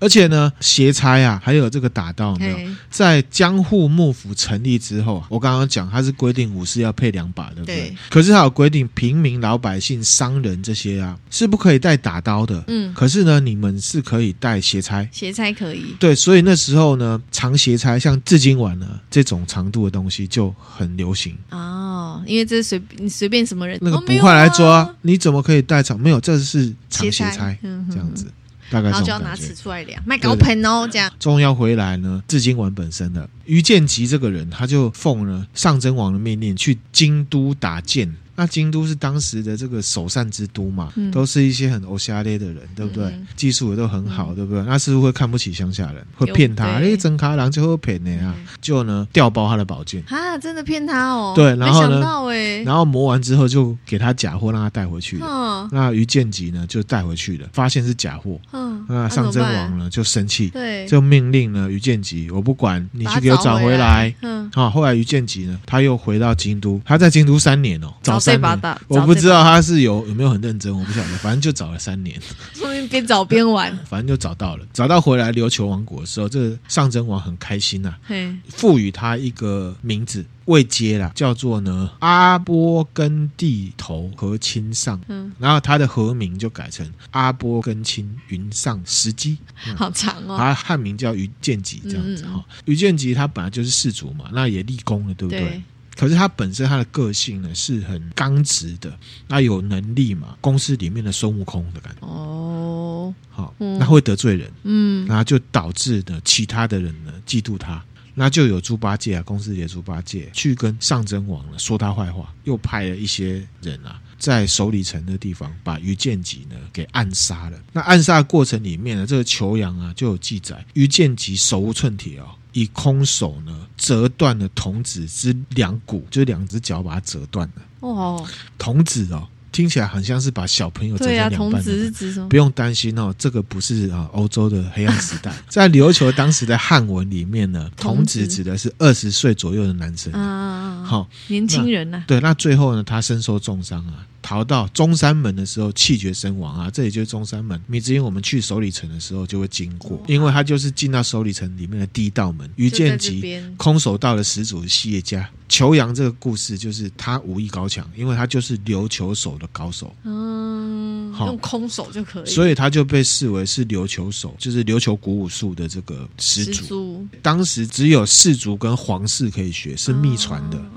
A: 而且呢，斜拆啊，还有这个打刀有没有？
B: 嘿
A: 在江户幕府成立之后啊，我刚刚讲它是规定武士要配两把，对不对？
B: 对
A: 可是它有规定，平民、老百姓、商人这些啊是不可以带打刀的。
B: 嗯，
A: 可是呢，你们是可以带斜拆。
B: 斜拆可以，
A: 对，所以那时候呢，长斜拆像至今晚呢这种长度的东西就很流行。
B: 哦，因为这是随你随便什么人
A: 那个
B: 哦
A: 捕
B: 没有
A: 快来
B: 啊
A: 抓，你怎么可以带长？没有，这是长
B: 斜
A: 斜拆
B: 拆，，嗯
A: 这样，
B: 嗯
A: 子，大概
B: 嗯然
A: 这
B: 后
A: 种
B: 就要
A: 感
B: 拿
A: 觉
B: 尺。出来量，卖
A: 对
B: 高
A: 对
B: 盆哦，这样，
A: 终于要回来呢，至今丸本身的于建吉这个人，他就奉呢上真王的命令去京都打剑。那京都是当时的这个首善之都嘛，
B: 嗯
A: 都是一些很欧夏烈的人，对不对？
B: 嗯
A: 技术也都很好，
B: 嗯
A: 对不对？那是不是会看不起乡下人，会
B: 有
A: 骗他？
B: 对嗯
A: 哎，真卡郎就会骗你啊，就呢调包他的宝剑，
B: 啊，真的骗他哦，
A: 对然后呢
B: 没想到哎，
A: 然后磨完之后就给他假货，让他带回去的。
B: 嗯，啊，
A: 那于建吉呢就带回去了，发现是假货。
B: 嗯，
A: 那
B: 怎
A: 啊上
B: 么
A: 真
B: 办
A: 王呢就生气，
B: 对，
A: 就命令呢于建吉，我不管，你
B: 把
A: 去
B: 它
A: 给我
B: 找
A: 找回来
B: 来。，嗯，
A: 好、后来于建吉呢，他又回到京都，他在京都三年哦，
B: 找这
A: 三
B: 把
A: 年
B: 打，
A: 我
B: 找
A: 不
B: 这
A: 知道
B: 把
A: 他是有有没有很认真，我不晓得，反正就找了三年，
B: 说明边找边玩，
A: 反正就找到了。找到回来琉球王国的时候，这个上真王很开心呐、啊
B: 嘿，
A: 赋予他一个名字位阶啦，叫做呢阿波根地头和亲上。
B: 嗯，
A: 然后他的和名就改成阿波根亲云上石基，
B: 好长哦，
A: 他汉名叫于建吉这样子
B: 嗯嗯嗯
A: 哈。于建吉他本来就是氏族嘛，那也立功了，对不对
B: 对？，
A: 可是他本身他的个性呢是很刚直的，那有能力嘛，公司里面的孙悟空的感觉，
B: 哦，
A: 好、
B: 嗯
A: 那会得罪人，
B: 嗯，
A: 然后就导致呢其他的人呢嫉妒他，那就有猪八戒啊，公司里的猪八戒去跟上真王呢说他坏话，又派了一些人啊。在首里城的地方，把于建吉呢给暗杀了。那暗杀的过程里面呢，这个虬阳啊就有记载，于建吉手无寸铁哦，以空手呢折断了童子之两骨，就是两只脚把它折断了。
B: 哦，
A: 童子哦，听起来很像是把小朋友折
B: 对啊，
A: 成
B: 童
A: 两半的
B: 子是指什么
A: 不？用担心哦，这个不是啊欧洲的黑暗 时代，在琉球当时的汉文里面呢，
B: 童
A: 童子
B: 子
A: 指的是二十岁左右的男生。
B: 啊，
A: 好、
B: 年轻人啊呐，
A: 对，那最后呢，他身受重伤啊，逃到中山门的时候气绝身亡啊。这也就是中山门，米之英我们去首里城的时候就会经过
B: 哇，
A: 因为他就是进到首里城里面的第一道门。于
B: 嗯就在
A: 建
B: 这
A: 吉
B: 边，
A: 空手道的始祖西野家，虬阳这个故事就是他武艺高强，因为他就是琉球手的高手。
B: 嗯，
A: 好
B: 用空手就可以，
A: 所以他就被视为是琉球手，就是琉球古武术的这个始
B: 十
A: 祖。
B: 足
A: 当时只有氏族跟皇室可以学，是秘传的，
B: 哦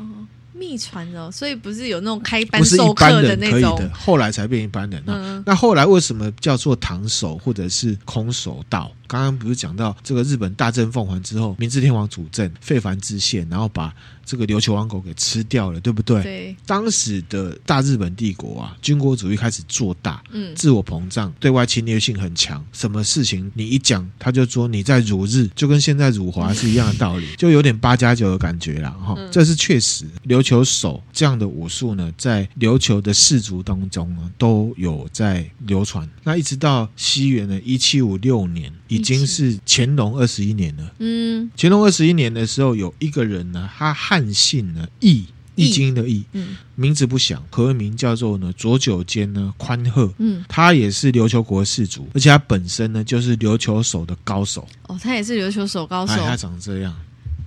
B: 秘传的哦，所以不是有那种开班
A: 不是
B: 授
A: 一般
B: 课的
A: 人可
B: 那
A: 以
B: 种，
A: 的。后来才变一般人啊。
B: 嗯，
A: 那后来为什么叫做唐手或者是空手道？刚刚不是讲到这个日本大政奉还之后，明治天皇主政，废藩置县，然后把这个琉球王国给吃掉了，对不对？
B: 对，
A: 当时的大日本帝国啊，军国主义开始做大，
B: 嗯，
A: 自我膨胀，对外侵略性很强，什么事情你一讲，他就说你在辱日，就跟现在辱华是一样的道理，就有点八加九的感觉啦。哈、
B: 嗯
A: 这是确实。琉球手这样的武术呢，在琉球的氏族当中呢，都有在流传。那一直到西元的一七五六年，已经是乾隆二十一年了。
B: 嗯
A: 乾隆二十一年的时候，有一个人呢，他汉姓呢易。易经的易，
B: 嗯
A: 名字不详，和名叫做呢左九间呢宽贺，
B: 嗯，
A: 他也是琉球国的氏族，而且他本身呢就是琉球手的高手。
B: 哦，他也是琉球手高手
A: 哎，，他长这样。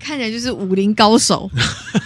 B: 看起来就是武林高 手，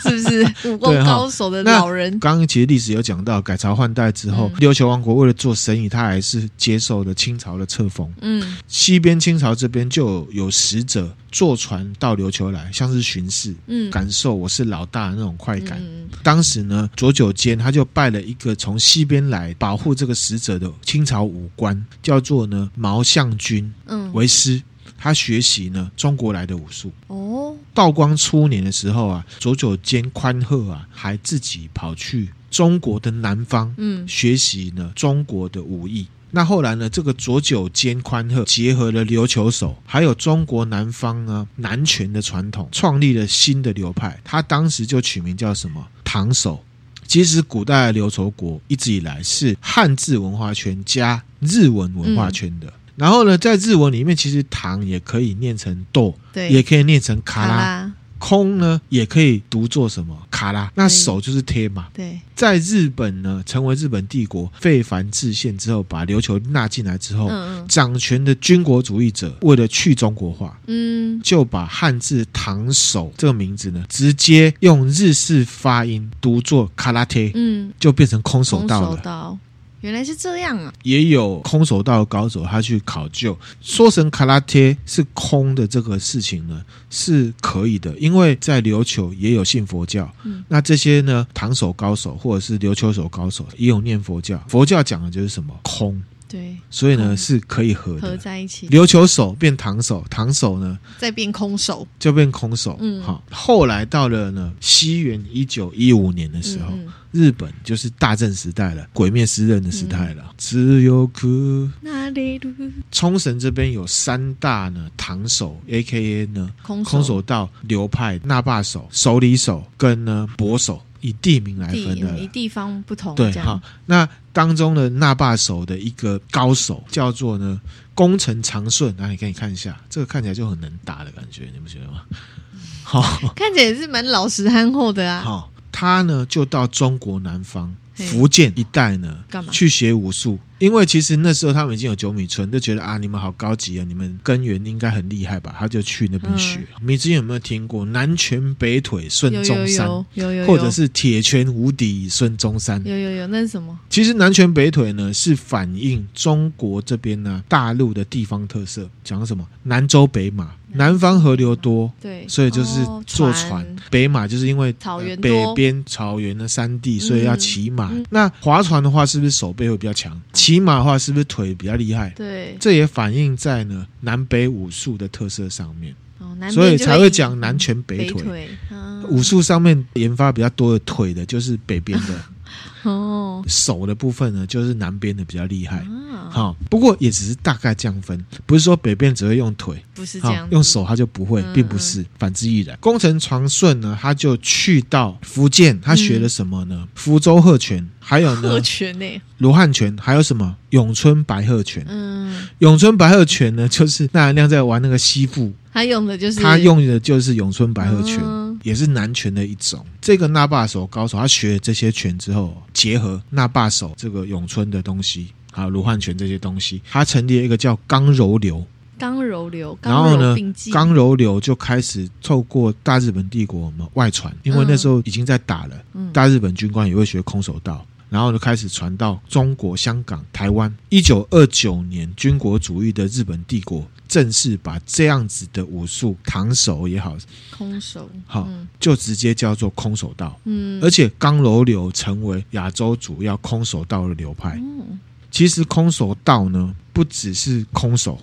B: 是不是？武功
A: 对哈
B: 高手的老人，
A: 刚刚其实历史有讲到，改朝换代之后，
B: 嗯
A: 琉球王国为了做生意，他还是接受了清朝的册封。
B: 嗯
A: 西边清朝这边就有有使者坐船到琉球来，像是巡视，
B: 嗯，
A: 感受我是老大的那种快感。
B: 嗯
A: 当时呢，左九间他就拜了一个从西边来保护这个使者的清朝武官，叫做呢毛象君。
B: 嗯，
A: 为师，他学习呢中国来的武术。
B: 哦，
A: 道光初年的时候啊，佐久间宽贺啊，还自己跑去中国的南方
B: 嗯
A: 学习呢中国的武艺。那后来呢，这个佐久间宽贺结合了琉球手，还有中国南方呢南拳的传统，创立了新的流派。他当时就取名叫什么唐手。其实古代的琉球国一直以来是汉字文化圈加日文文化圈的。然后呢，在日文里面，其实唐也可以念成豆，
B: 对，
A: 也可以念成卡
B: 卡
A: 拉，
B: 拉，
A: 空呢也可以读作什么卡拉。那
B: 嗯
A: 手就是贴嘛。
B: 对，
A: 在日本呢，成为日本帝国废藩置县之后，把琉球纳进来之后，
B: 嗯
A: 掌权的军国主义者为了去中国化，
B: 嗯嗯，
A: 就把汉字“唐手”这个名字呢，直接用日式发音读作卡拉贴，
B: 嗯，
A: 就变成空手
B: 空
A: 道
B: 手
A: 了。
B: 道，原来是这样啊，
A: 也有空手道的高手，他去考究说成卡拉贴是空的这个事情呢，是可以的，因为在琉球也有信佛教，
B: 嗯
A: 那这些呢唐手高手或者是琉球手高手也有念佛教，佛教讲的就是什么空，
B: 对，
A: 所以呢、
B: 空
A: 是可以合
B: 合
A: 的。
B: 在一起，
A: 琉球手变唐手，唐手呢
B: 再变空手，
A: 就变空手。
B: 嗯
A: 好，后来到了呢西元一九一五年的时候，
B: 嗯，嗯
A: 日本就是大正时代了，鬼灭之刃的时代了。
B: 嗯
A: 只有哭，
B: 那里路
A: 冲绳这边有三大呢唐手，A K A 呢
B: 空
A: 空手道流派，那霸手、手里手跟呢搏手。以地名来
B: 地
A: 分的啦，
B: 以地方不同，
A: 对
B: 这，样
A: 好，那当中的那霸手的一个高手叫做呢宫城长顺，那你可以看一下，这个看起来就很能打的感觉，你不觉得吗？
B: 嗯
A: 好、
B: 看起来也是蛮老实憨厚的啊。
A: 好、他呢就到中国南方
B: 嘿
A: 福建一带呢
B: 干嘛
A: 去学武术，因为其实那时候他们已经有九米村，就觉得啊你们好高级啊，你们根源应该很厉害吧，他就去那边学。
B: 嗯
A: 你之前有没有听过南拳北腿顺
B: 有有
A: 中山，
B: 有有有，
A: 或者是铁拳无敌孙中山？
B: 有有有，那是什么？
A: 其实南拳北腿呢，是反映中国这边呢大陆的地方特色，讲什么南州北马，南方河流多。
B: 对，
A: 所以就是
B: 哦
A: 坐船，北马就是因为呃
B: 草原
A: 北
B: 多
A: 边草原的山地，所以要骑马。
B: 嗯嗯
A: 那划船的话，是不是手背会比较强？骑马的话，是不是腿比较厉害？
B: 对，
A: 这也反映在呢南北武术的特色上面，
B: 哦，南
A: 所以
B: 边就
A: 才会讲
B: 以
A: 南拳北
B: 北
A: 腿。
B: 腿，啊
A: 武术上面研发比较多的腿的，就是北边的；
B: 嗯哦
A: 手的部分呢，就是南边的比较厉害。
B: 啊，
A: 哎好、不过也只是大概这样分，不是说北边只会用腿，
B: 不是这
A: 好、
B: 样，
A: 用手他就不会
B: 嗯，
A: 并不是，反之亦然。工程床顺呢，他就去到福建，他学了什么呢？福州鹤拳，还有呢
B: 嗯鹤拳呢，
A: 罗汉拳，还有什么咏春白鹤拳。
B: 嗯，
A: 咏春白鹤拳呢，就是那亮在玩那个西部，
B: 他用的就是
A: 他用的就是咏春白鹤拳。
B: 嗯
A: 也是南拳的一种。这个那霸手高手，他学了这些拳之后，结合那霸手这个咏春的东西，还有罗汉拳这些东西，他成立了一个叫刚柔流。
B: 刚柔流，
A: 然后
B: 刚柔
A: 呢
B: 并济，
A: 刚柔流就开始透过大日本帝国我们外传，因为那时候已经在打了，
B: 嗯
A: 大日本军官也会学空手道。然后就开始传到中国、香港、台湾。一九二九年，军国主义的日本帝国正式把这样子的武术，唐手也好，
B: 空手，
A: 好
B: 嗯
A: 就直接叫做空手道。
B: 嗯，
A: 而且刚柔流成为亚洲主要空手道的流派。
B: 嗯
A: 其实空手道呢，不只是空手，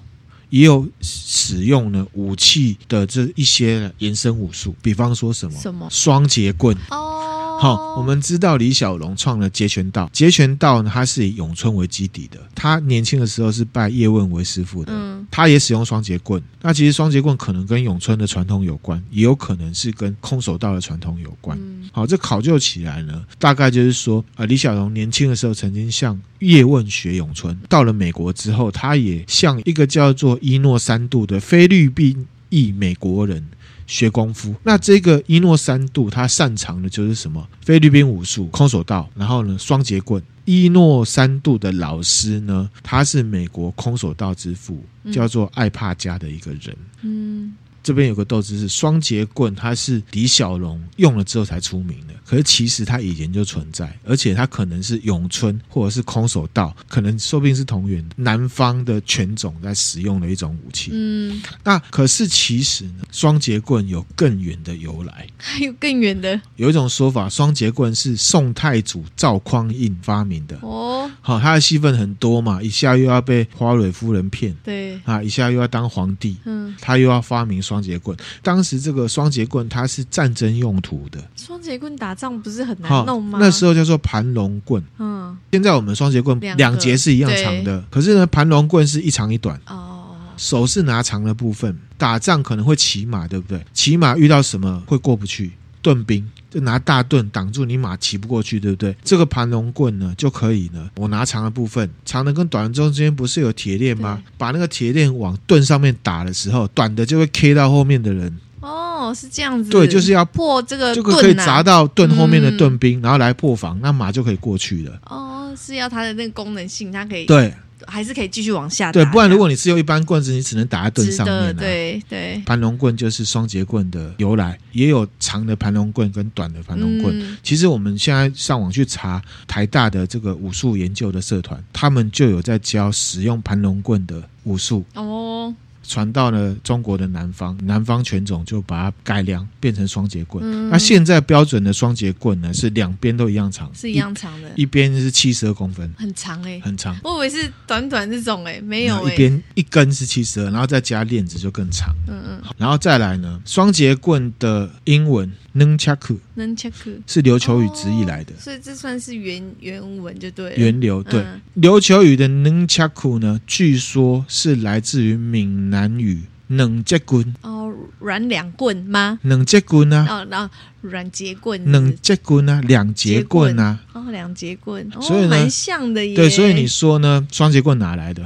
A: 也有使用呢武器的这一些延伸武术，比方说什么
B: 什么
A: 双节棍。
B: 哦，
A: 好、我们知道李小龙创了截拳道，截拳道呢，它是以咏春为基底的。他年轻的时候是拜叶问为师傅的，
B: 嗯
A: 他也使用双节棍。那其实双节棍可能跟咏春的传统有关，也有可能是跟空手道的传统有关。
B: 嗯
A: 好，这考究起来呢，大概就是说，呃，李小龙年轻的时候曾经向叶问学咏春，到了美国之后，他也向一个叫做伊诺三度的菲律宾裔美国人学功夫。那这个伊诺三度他擅长的就是什么？菲律宾武术、空手道，然后呢，双节棍。伊诺三度的老师呢，他是美国空手道之父，
B: 嗯
A: 叫做艾帕加的一个人。
B: 嗯
A: 这边有个斗志是双节棍，它是李小龙用了之后才出名的，可是其实它以前就存在，而且它可能是咏春或者是空手道，可能说不定是同源南方的拳种在使用的一种武器。
B: 嗯，
A: 那可是其实呢，双节棍有更远的由来。
B: 还有更远的
A: 有一种说法，双节棍是宋太祖赵匡胤发明的。
B: 哦，
A: 好，他的戏份很多嘛，一下又要被花蕊夫人骗
B: 对，
A: 啊，一下又要当皇帝，
B: 嗯，
A: 他又要发明双节棍。当时这个双节棍它是战争用途的，
B: 双节棍打仗不是很
A: 好
B: 难弄吗？
A: 那时候叫做盘龙棍。
B: 嗯
A: 现在我们双节棍
B: 两个
A: 两节是一样长的，可是呢，盘龙棍是一长一短。
B: 哦，
A: 手是拿长的部分，打仗可能会骑马，对不对？骑马遇到什么会过不去？盾兵就拿大盾挡住你马，骑不过去，对不对？这个盘龙棍呢就可以呢，我拿长的部分，长的跟短的中间不是有铁链吗？把那个铁链往盾上面打的时候，短的就会 K 到后面的人，
B: 哦，是这样子，
A: 对，就是要
B: 破这个
A: 就
B: 盾啊
A: 可以砸到盾后面
B: 嗯
A: 的盾兵，然后来破防，那马就可以过去了。
B: 哦，是要它的那个功能性，它可以
A: 对
B: 还是可以继续往下打
A: 对，不然如果你是用一般棍子，你只能打在
B: 这
A: 盾
B: 样
A: 上面、啊。
B: 直的，对对，
A: 盘龙棍就是双节棍的由来，也有长的盘龙棍跟短的盘龙棍。
B: 嗯
A: 其实我们现在上网去查台大的这个武术研究的社团，他们就有在教使用盘龙棍的武术，
B: 哦，
A: 传到了中国的南方，南方拳种就把它改良变成双节棍。
B: 嗯
A: 那现在标准的双节棍呢，是两边都一样长，
B: 是一样长的
A: 一，，一边是七十二公分，
B: 很长哎，
A: 很长。
B: 我以为是短短这种哎，没有
A: 然后一
B: 哎，
A: 边一根是七十二，然后再加链子就更长。
B: 嗯嗯，
A: 然后再来呢，双节棍的英文 n u n c h a k u
B: 能 check，
A: 是琉球语直译来的，
B: 所以这算是原原文就哦对了，
A: 源流对。
B: 嗯
A: 琉球语的 n u n c h a k u 呢，据说是来自于闽南语两节棍，
B: 哦，软两棍吗？
A: 两节棍啊，
B: 哦，然后软节棍是不
A: 两
B: 是，
A: 节棍啊，两节棍啊。
B: 哦，两节棍，哦
A: 所以，呢
B: 蛮像的耶。
A: 对，所以你说呢？双节棍哪来的？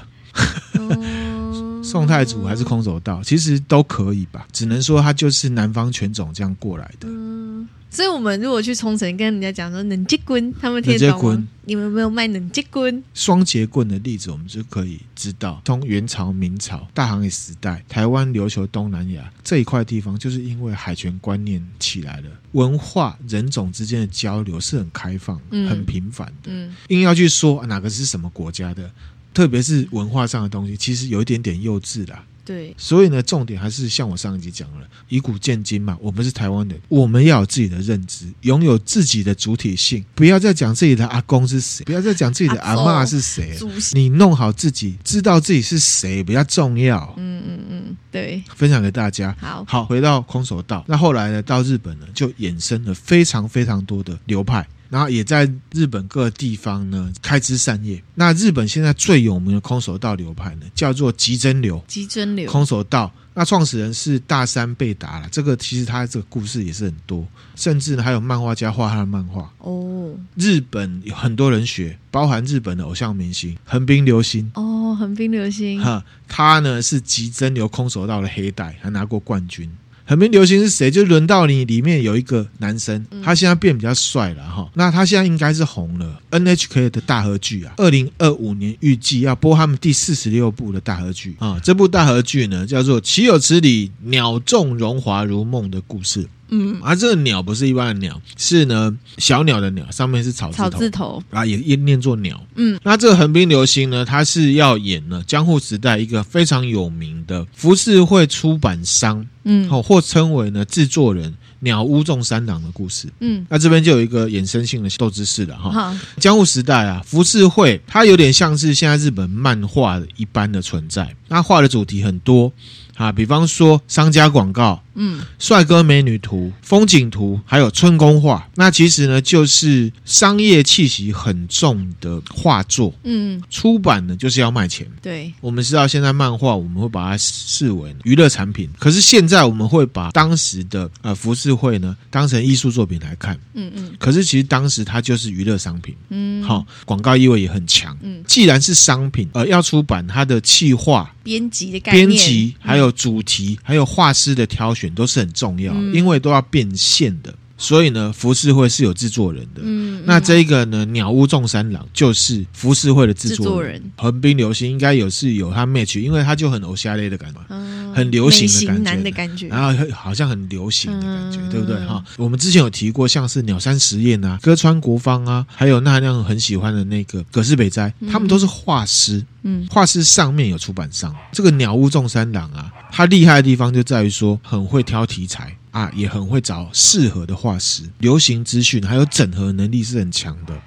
B: 哦
A: 宋太祖还是空手道，其实都可以吧，只能说他就是南方拳种这样过来的。
B: 嗯，所以我们如果去冲绳跟人家讲说冷结棍，他们听得
A: 冷
B: 懂
A: 结棍
B: 吗？你们有没有卖冷结棍？
A: 双节棍的例子，我们就可以知道，从元朝、明朝、大航海时代，台湾琉球东南亚这一块地方，就是因为海权观念起来了，文化人种之间的交流是很开放、
B: 嗯
A: 很频繁的。
B: 嗯，
A: 硬要去说啊哪个是什么国家的，特别是文化上的东西，其实有一点点幼稚啦。
B: 对，
A: 所以呢，重点还是像我上一集讲了，以古鉴今嘛，我们是台湾人，我们要有自己的认知，拥有自己的主体性，不要再讲自己的阿公是谁，不要再讲自己的阿
B: 阿
A: 嬷
B: 嬷
A: 是谁，
B: 祖先，
A: 你弄好自己，知道自己是谁比较重要。
B: 嗯嗯嗯，对，
A: 分享给大家。
B: 好，
A: 好，回到空手道，那后来呢，到日本呢，就衍生了非常非常多的流派。然后也在日本各地方呢开枝散叶。那日本现在最有名的空手道流派呢，叫做极真流。
B: 极尊流，
A: 空手道。那创始人是大山贝达了，这个其实他这个故事也是很多，甚至呢还有漫画家画他的漫画。
B: 哦
A: 日本有很多人学，包含日本的偶像明星横滨流星，
B: 哦，横滨流星，
A: 哈，他呢是极真流空手道的黑带，还拿过冠军。横滨流星是谁？就轮到你里面有一个男生，
B: 嗯
A: 他现在变比较帅了哈。那他现在应该是红了。NHK 的大合剧啊，二零二五年预计要播他们第四十六部的大合剧啊。这部大合剧呢叫做《岂有此理，鸟中荣华如梦的故事》
B: 嗯，
A: 啊。这个鸟不是一般的鸟，是呢小鸟的鸟，上面是草字
B: 草
A: 头
B: 字头，
A: 啊，也也念作鸟。
B: 嗯，
A: 那这个横滨流星呢，它是要演了江户时代一个非常有名的浮世绘出版商，
B: 嗯
A: 哦，或称为呢制作人鸟屋仲三郎的故事。
B: 嗯，
A: 那这边就有一个衍生性的斗知识了哈。
B: 好，
A: 江户时代啊，浮世绘它有点像是现在日本漫画一般的存在。那画的主题很多啊，比方说商家广告、
B: 嗯
A: 帅哥美女图、风景图，还有春宫画。那其实呢，就是商业气息很重的画作。
B: 嗯，
A: 出版呢，就是要卖钱。
B: 对，
A: 我们知道现在漫画我们会把它视为娱乐产品，可是现在我们会把当时的呃浮世绘呢当成艺术作品来看。
B: 嗯嗯
A: 可是其实当时它就是娱乐商品，
B: 嗯，
A: 好、，广告意味也很强。
B: 嗯，
A: 既然是商品，呃，要出版它的企划、
B: 编辑的概念，
A: 编辑、还有主题、还有画师的挑选都是很重要，
B: 嗯
A: 因为都要变现的。所以呢，浮世绘是有制作人的。
B: 嗯，嗯，
A: 那这一个呢，鸟屋众三郎就是浮世绘的制
B: 制
A: 作
B: 作
A: 人。
B: 人，
A: 横滨流星应该有是有他 match，因为他就很偶像类的感觉，
B: 嗯，
A: 很流行
B: 美
A: 的感觉啊
B: 型男的感觉，
A: 然后很好像很流行的感觉，
B: 嗯
A: 对不对哈？我们之前有提过，像是鸟山实验啊、歌川国芳啊，还有那亮很喜欢的那个葛饰北斋，他们都是画师，
B: 嗯
A: 画师上面有出版商。这个鸟屋众三郎啊，他厉害的地方就在于说很会挑题材啊，也很会找适合的画师，流行资讯还有整合能力是很强的。
B: 嗯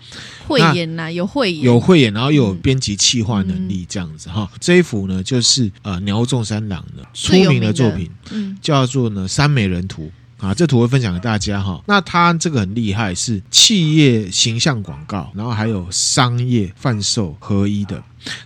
B: 慧
A: 那
B: 眼啊呐，有慧眼，
A: 有慧眼，然后又有编辑企
B: 嗯
A: 划能力，这样子哈。这一幅呢，就是呃鸟屋众三郎的出
B: 最有
A: 名的
B: 名的
A: 作品，
B: 嗯
A: 叫做呢三美人图。啊，这图会分享给大家哈。那它这个很厉害，是企业形象广告，然后还有商业贩售合一的。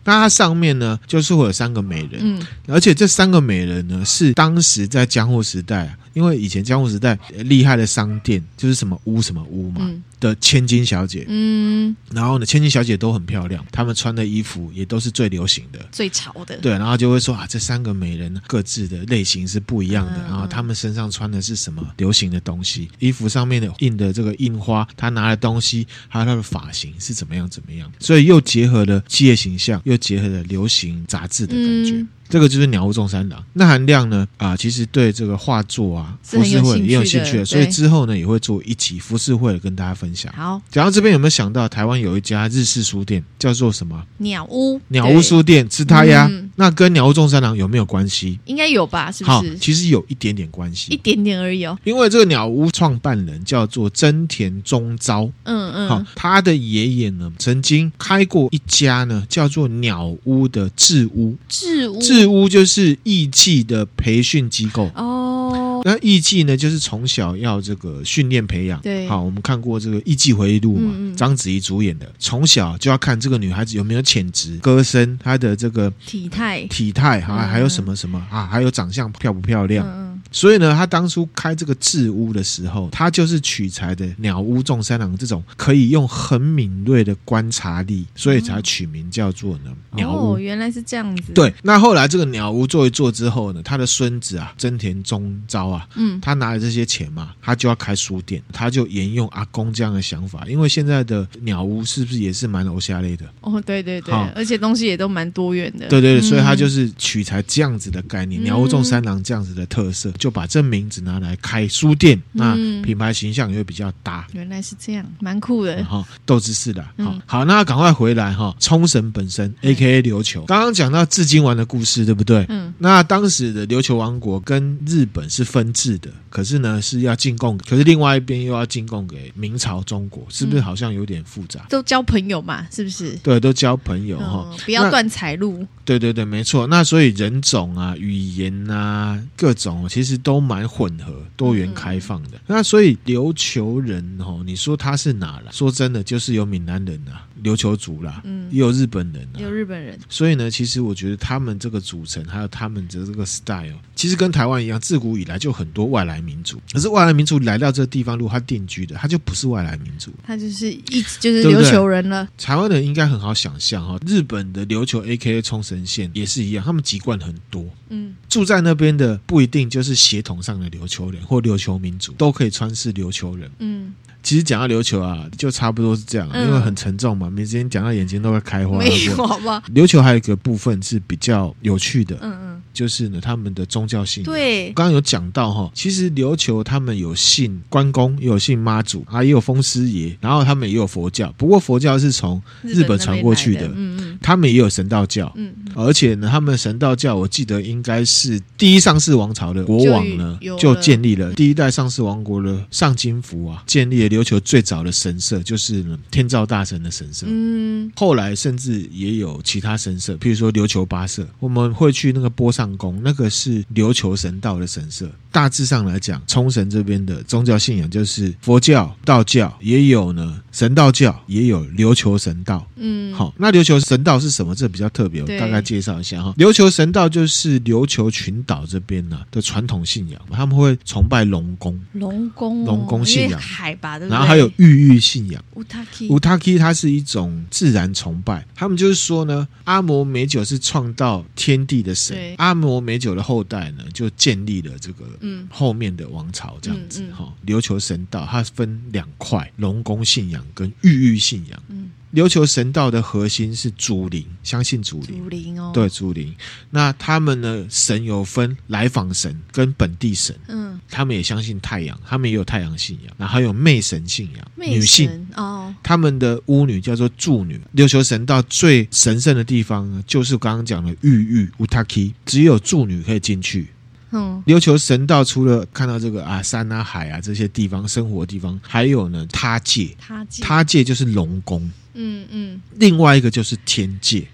A: 那它上面呢，就是会有三个美人，
B: 嗯
A: 而且这三个美人呢，是当时在江户时代啊，因为以前江户时代呃厉害的商店就是什么屋什么屋嘛、
B: 嗯
A: 的千金小姐，
B: 嗯，
A: 然后呢，千金小姐都很漂亮，她们穿的衣服也都是最流行的。
B: 最潮的，
A: 对，然后就会说啊，这三个美人各自的类型是不一样的，
B: 嗯
A: 然后她们身上穿的是什么流行的东西，衣服上面的印的这个印花，她拿的东西，还有她的发型是怎么样怎么样，所以又结合了企业形象，又结合了流行杂志的感觉。
B: 嗯
A: 这个就是鸟屋众三郎。那韩亮呢？啊、其实对这个画作啊，
B: 是
A: 浮
B: 很
A: 世
B: 有
A: 绘
B: 兴
A: 也有
B: 趣
A: 兴
B: 的
A: 趣的，所以
B: 对
A: 之后呢也会做一集浮世绘跟大家分享。
B: 好，
A: 讲到这边，有没有想到台湾有一家日式书店叫做什么？
B: 鸟屋，
A: 鸟屋
B: 对
A: 书店，吃它呀。
B: 嗯
A: 那跟鸟屋中三郎有没有关系？
B: 应该有吧？是不
A: 好，
B: 是？
A: 其实有一点点关
B: 一
A: 系，
B: 点点而已哦。
A: 因为这个鸟屋创办人叫做真田忠昭，
B: 嗯
A: 好、
B: 嗯，
A: 他的爷爷呢曾经开过一家呢叫做鸟屋的制屋，
B: 置屋
A: 制屋就是艺伎的培训机构。
B: 哦，
A: 那艺伎呢，就是从小要这个训练培养。
B: 对
A: 好，我们看过这个《艺伎回忆录》
B: 嗯
A: 嘛
B: 嗯，
A: 章子怡主演的，从小就要看这个女孩子有没有潜质、歌声、她的这个
B: 体态，
A: 体态，哈、
B: 嗯
A: 还有什么什么啊，还有长相漂不漂亮。
B: 嗯
A: 所以呢，他当初开这个智屋的时候，他就是取材的鸟屋众三郎这种可以用很敏锐的观察力，所以才取名叫做呢
B: 嗯，
A: 鸟屋。
B: 哦，原来是这样子，，
A: 对，那后来这个鸟屋做一做之后呢，他的孙子啊，真田宗昭啊，
B: 嗯，
A: 他拿了这些钱嘛，他就要开书店，他就沿用阿公这样的想法，因为现在的鸟屋是不是也是蛮楼下类的？
B: 哦，对对对
A: 好，
B: 而且东西也都蛮多元的，
A: 对对对，所以他
B: 嗯
A: 就是取材这样子的概念，
B: 嗯
A: 鸟屋众三郎这样子的特色，就把这名字拿来开书店，那
B: 嗯
A: 品牌形象也会比较搭。
B: 原来是这样，蛮酷的
A: 然，后斗智士的，好
B: 嗯
A: 好，那赶快回来哈。冲绳本身
B: 嗯
A: ，A K A 琉球，刚刚讲到至今丸的故事，对不对？
B: 嗯
A: 那当时的琉球王国跟日本是分治的，可是呢是要进贡，可是另外一边又要进贡给明朝中国，是不是
B: 嗯
A: 好像有点复杂？
B: 都交朋友嘛，是不是？
A: 对，都交朋友哈。
B: 嗯，不要
A: 那
B: 断财路，
A: 对对对，没错。那所以人种啊、语言啊、各种其实都蛮混合、多元开放
B: 嗯
A: 的。那所以琉球人哦，你说他是哪来？说真的，就是有闽南人啊、琉球族啦，
B: 嗯
A: 也有日本人啊
B: 有。日本人，
A: 所以呢，其实我觉得他们这个组成，还有他们的这个 style，其实跟台湾一样，自古以来就很多外来民族。可是外来民族来到这个地方，如果他定居的，他就不是外来民族。
B: 他就是一直就是
A: 对不
B: 琉
A: 对
B: 球人了，
A: 台湾人应该很好想象哈、日本的琉球 A.K.A 冲绳县也是一样，他们籍贯很多。
B: 嗯，
A: 住在那边的不一定就是血统上的琉球人或琉球民族，都可以穿是琉球人。
B: 嗯，
A: 其实讲到琉球啊，就差不多是这样啊，
B: 嗯
A: 因为很沉重嘛，每天讲到眼睛都会开花。
B: 没
A: 对
B: 有
A: 不对
B: 好不好？
A: 琉球还有一个部分是比较有趣的，
B: 嗯
A: 就是呢他们的宗教信
B: 嗯，
A: 仰。
B: 对，
A: 刚刚有讲到哈，其实琉球他们有信关公，也有信妈祖啊，也有风师爷，然后他们也有佛教。不过佛教是从日本传过去
B: 那
A: 的
B: 边来嗯
A: 他们也有神道教，
B: 嗯嗯，
A: 而且呢，他们神道教我记得应该是第一上世王朝的国王呢
B: 就有，了
A: 就建立了第一代上世王国的上金福啊，建立了琉球最早的神社，就是呢天照大神的神社。
B: 嗯，
A: 后来甚至也有其他神社，譬如说琉球八社，我们会去那个波上宫，那个是琉球神道的神社。大致上来讲，冲绳这边的宗教信仰就是佛教、道教，也有呢神道教，也有琉球神道。
B: 嗯，
A: 好，那琉球神道是什么？这比较特别，我
B: 对
A: 大概介绍一下哈。琉球神道就是琉球群岛这边呢、的传统信仰，他们会崇拜龙宫，
B: 龙宫哦，
A: 龙宫信仰
B: 因为海拔对不对？
A: 然后还有玉域信仰。
B: 乌塔基，
A: 乌塔基它是一种自然崇拜，他们就是说呢，阿摩美酒是创造天地的神
B: 对，
A: 阿摩美酒的后代呢就建立了这个
B: 嗯
A: 后面的王朝这样子
B: 嗯嗯
A: 哈、琉球神道它分两块，龙宫信仰跟玉域信仰。
B: 嗯，
A: 琉球神道的核心是祖灵，相信祖灵。
B: 竹林哦，，
A: 对祖灵，那他们呢？神有分来访神跟本地神，
B: 嗯，
A: 他们也相信太阳，他们也有太阳信仰，然后还有媚神信仰，
B: 妹
A: 女性
B: 神哦，
A: 他们的巫女叫做祝女。琉球神道最神圣的地方呢，就是刚刚讲的玉域乌塔 k 只有祝女可以进去。
B: 嗯，
A: 琉球神道除了看到这个啊山啊海啊这些地方生活的地方，还有呢他界，
B: 他基，
A: 他界就是龙宫，
B: 嗯嗯，
A: 另外一个就是天界。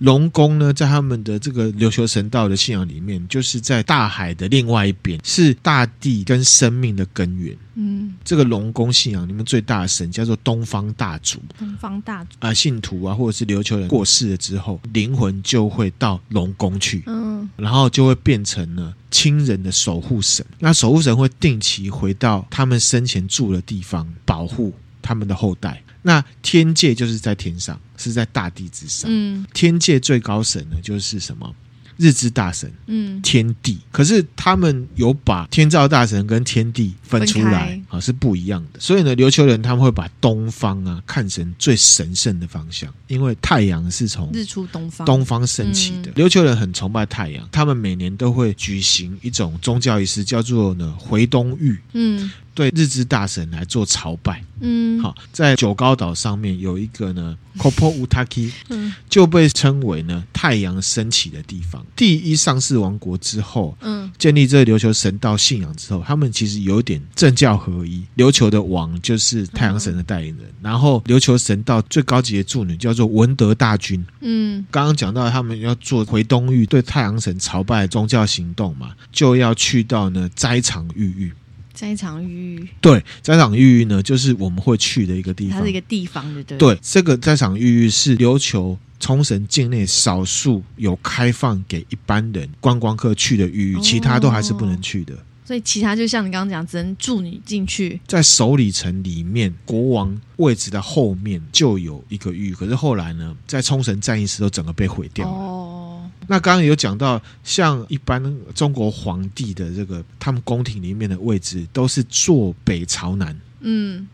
A: 龙宫呢，在他们的这个琉球神道的信仰里面，就是在大海的另外一边，是大地跟生命的根源。
B: 嗯，
A: 这个龙宫信仰里面最大的神叫做东方大主，
B: 东方大竹，
A: 啊、信徒啊，或者是琉球人过世了之后，灵魂就会到龙宫去，
B: 嗯
A: 然后就会变成了亲人的守护神。那守护神会定期回到他们生前住的地方，保护他们的后代。那天界就是在天上，是在大地之上。
B: 嗯
A: 天界最高神呢，就是什么？日之大神
B: 嗯，
A: 天帝，可是他们有把天照大神跟天帝分出来
B: 分
A: 啊，是不一样的。所以呢，琉球人他们会把东方啊看成最神圣的方向，因为太阳是从
B: 日出东方，嗯
A: 东方升起的。琉球人很崇拜太阳，他们每年都会举行一种宗教仪式，叫做呢回东浴。
B: 嗯
A: 对日之大神来做朝拜。
B: 嗯，
A: 好，在九高岛上面有一个 呢 Kopo Utaki，
B: 嗯，
A: 就被称为呢太阳升起的地方。第一上世王国之后。
B: 嗯
A: 建立这琉球神道信仰之后，他们其实有点政教合一。琉球的王就是太阳神的代言人，然后琉球神道最高级的助女叫做文德大君。
B: 嗯
A: 刚刚讲到他们要做回东域对太阳神朝拜的宗教行动嘛，就要去到呢斋场玉域。
B: 在一场域，
A: 对，斋场玉域呢，就是我们会去的一个地
B: 它
A: 方
B: 是一。个地方的，对不对？
A: 对，这个斋场玉域是琉球冲绳境内少数有开放给一般人观光客去的玉域，
B: 哦
A: 其他都还是不能去的。
B: 所以其他就像你刚刚讲，只能助你进去。
A: 在首里城里面，国王位置的后面就有一个玉，可是后来呢，在冲绳战役时都整个被毁掉了。
B: 哦，
A: 那刚刚有讲到，像一般中国皇帝的这个他们宫廷里面的位置都是坐北朝南，
B: 嗯，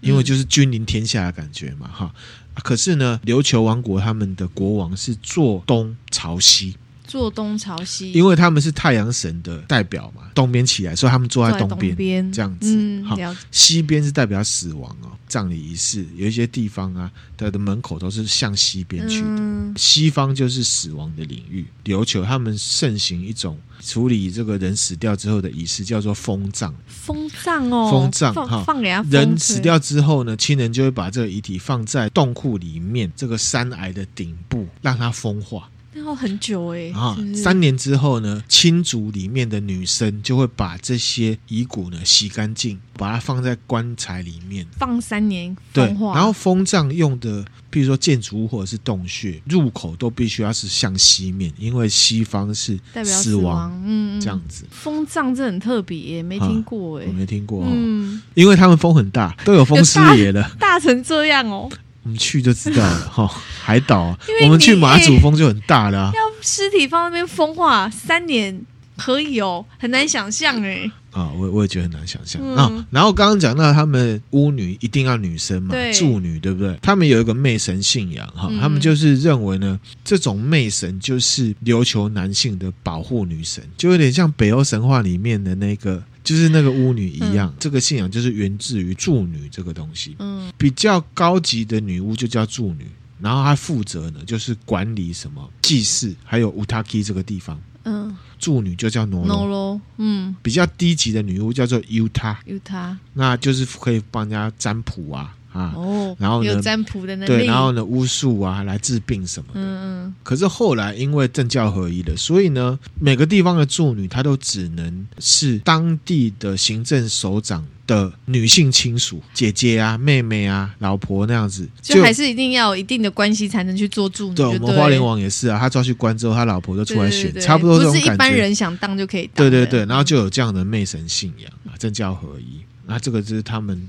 A: 因为就是君临天下的感觉嘛，哈。啊可是呢，琉球王国他们的国王是坐东朝西，
B: 坐东朝西，
A: 因
B: 为
A: 为他们是太阳神的代表嘛，东边起来，所以他们坐
B: 坐
A: 在
B: 在
A: 东边。
B: 边
A: 这样子
B: 嗯，
A: 好
B: 了解
A: 西边是代表死亡哦，葬礼仪式有一些地方啊，它的门口都是向西边去的。
B: 嗯
A: 西方就是死亡的领域，琉球他们盛行一种处理这个人死掉之后的仪式，叫做封葬。
B: 风葬哦，
A: 风葬哈
B: 放放给他啊风
A: 人
B: 吹
A: 死掉之后呢，亲人就会把这个遗体放在洞窟里面这个山崖的顶部，让它风化
B: 那要很久哎
A: 啊
B: 是不。是
A: 三年之后呢，亲族里面的女生就会把这些遗骨呢洗干净，把它放在棺材里面。
B: 放三年
A: 对，
B: 风化，
A: 然后风葬用的，比如说建筑物或者是洞穴入口都必须要是向西面，因为西方是
B: 代表
A: 死
B: 亡
A: 亡，
B: 嗯，嗯
A: 这样子。
B: 风葬这很特别耶，没听过哎
A: 我，没听过、哦，
B: 嗯，
A: 因为他们风很大，都有风师爷了，
B: 大成这样哦，
A: 我们去就知道 了哈、海岛、啊
B: 因为，你
A: 我们去马祖风就很大了啊、
B: 要尸体放那边风化三年，可以哦，很难想象哎，
A: 啊我我也觉得很难想象
B: 嗯
A: 啊、然后刚刚讲到他们巫女一定要女生嘛，
B: 对
A: 祝女对不对？他们有一个媚神信仰哈、
B: 嗯
A: 他们就是认为呢，这种媚神就是琉球男性的保护女神，就有点像北欧神话里面的那个。就是那个巫女一样，这个信仰就是源自于祝女这个东西。
B: 嗯
A: 比较高级的女巫就叫助女，然后她负责呢就是管理什么祭祀，还有乌塔基这个地方。
B: 嗯
A: 助女就叫挪
B: ，no
A: 龙，
B: 咯，嗯，
A: 比较低级的女巫叫做 u t a
B: 有他
A: 那就是可以帮人家占卜啊啊，
B: 哦，
A: 然后呢
B: 有占卜的能力，
A: 对，然后呢巫术啊来治病什么的。
B: 嗯
A: 可是后来因为政教合一了，所以呢每个地方的助女她都只能是当地的行政首长的女性亲属，姐姐啊、妹妹啊、老婆那样子，
B: 嗯，就还是一定要有一定的关系才能去做助理，
A: 对，我
B: 就
A: 们花莲王也是啊，他抓去关之后，他老婆就出来选，
B: 对对对
A: 差不多这种
B: 不是一
A: 感
B: 般
A: 觉。
B: 人想当就可以当
A: 对
B: 的，
A: 对对，然后就有这样的媚神信仰啊，政教合一，那这个就是他们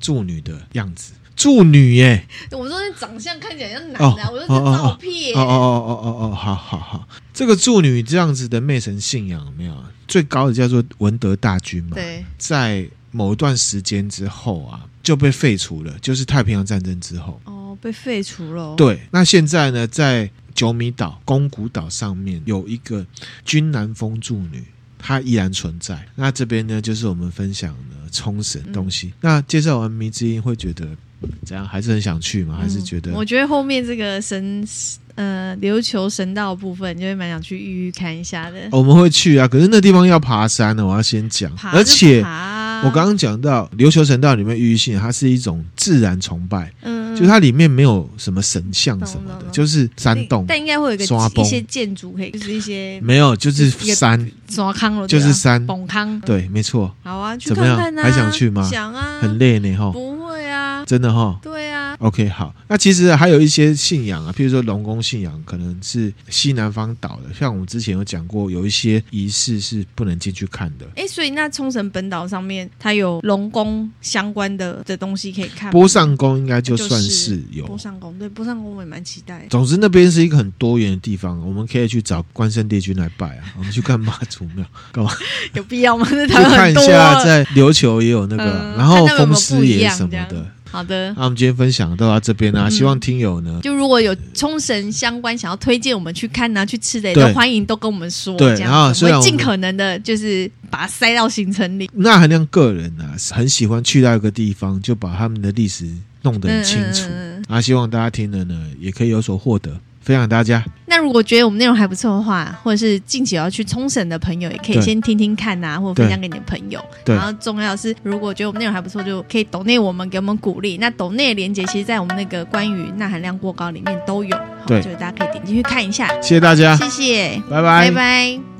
A: 助女的样子。助女耶、
B: 我说那长相看起来像男的啊，
A: 哦
B: 我说这照片
A: 哦哦哦哦哦哦，好好好，这个助女这样子的媚神信仰有没有啊最高的叫做文德大君嘛？
B: 对，
A: 在某一段时间之后啊，就被废除了，就是太平洋战争之后。
B: 哦，被废除了，，
A: 对，那现在呢，在九米岛、宫古岛上面有一个军南风助女，她依然存在。那这边呢，就是我们分享的冲绳东西。嗯那介绍完迷之音，会觉得怎样？还是很想去吗？还是觉得、
B: 嗯我觉得后面这个神呃琉球神道部分，就会蛮想去玉玉看一下的，
A: 我们会去啊？可是那地方要爬山呢，我要先讲，
B: 爬
A: 而
B: 就
A: 且
B: 爬。啊
A: 我刚刚讲到琉球神道里面玉玉信，它是一种自然崇拜，
B: 嗯
A: 就是它里面没有什么神像
B: 懂
A: 什么的，
B: 懂
A: 就是山洞，
B: 但应该会有一个
A: 山崩
B: 一些建筑可以，就是一些
A: 没有，就是
B: 一个
A: 山，
B: 刷康了，啊
A: 就是山，
B: 崩康，
A: 对，没错。
B: 好啊，去
A: 怎么
B: 看
A: 样
B: 看啊，
A: 还想去吗
B: 想啊，
A: 很累哦呢哈，
B: 不会啊，
A: 真的哈。
B: 对啊，
A: OK，好，那其实还有一些信仰啊，譬如说龙宫信仰，可能是西南方岛的，像我们之前有讲过，有一些仪式是不能进去看的。
B: 哎，所以那冲绳本岛上面，它有龙宫相关的的东西可以看吗，
A: 波上宫应该就算
B: 就是
A: 有，
B: 波上宫，对波上宫我也蛮期待的。
A: 总之那边是一个很多元的地方，啊我们可以去找关圣帝君来拜啊，我们去看妈祖庙，
B: 有必要吗？那
A: 去
B: 他们
A: 看
B: 很
A: 一
B: 多啊
A: 下在琉球也有那个，啊
B: 嗯
A: 然后
B: 看他们有没有
A: 风
B: 不
A: 师
B: 一
A: 爷
B: 样
A: 什么
B: 这样
A: 的。
B: 好的，
A: 那我们今天分享到这边啦、
B: 嗯
A: 希望听友呢，
B: 就如果有冲绳相关想要推荐我们去看啊、去吃的，
A: 对
B: 都欢迎都跟我们说。
A: 对
B: 这样
A: 然后
B: 子
A: 虽
B: 我
A: 然
B: 们
A: 我
B: 会
A: 们
B: 尽可能的，就是把它塞到行程里。
A: 那含量个人啊，很喜欢去到一个地方，就把他们的历史弄得很清楚。
B: 嗯嗯
A: 啊，希望大家听了呢，也可以有所获得，分享给大家。
B: 那如果觉得我们内容还不错的话，或者是近期有要去冲绳的朋友，也可以
A: 对
B: 先听听看呐、啊，或者
A: 对
B: 分享给你的朋友。
A: 对
B: 然后重要的是，如果觉得我们内容还不错，就可以抖内我们给我们鼓励。那抖内的连接，其实在我们那个关于钠含量过高里面都有，好
A: 对
B: 就是大家可以点进去看一下。
A: 谢谢大家，
B: 谢谢，
A: 拜拜。
B: 拜拜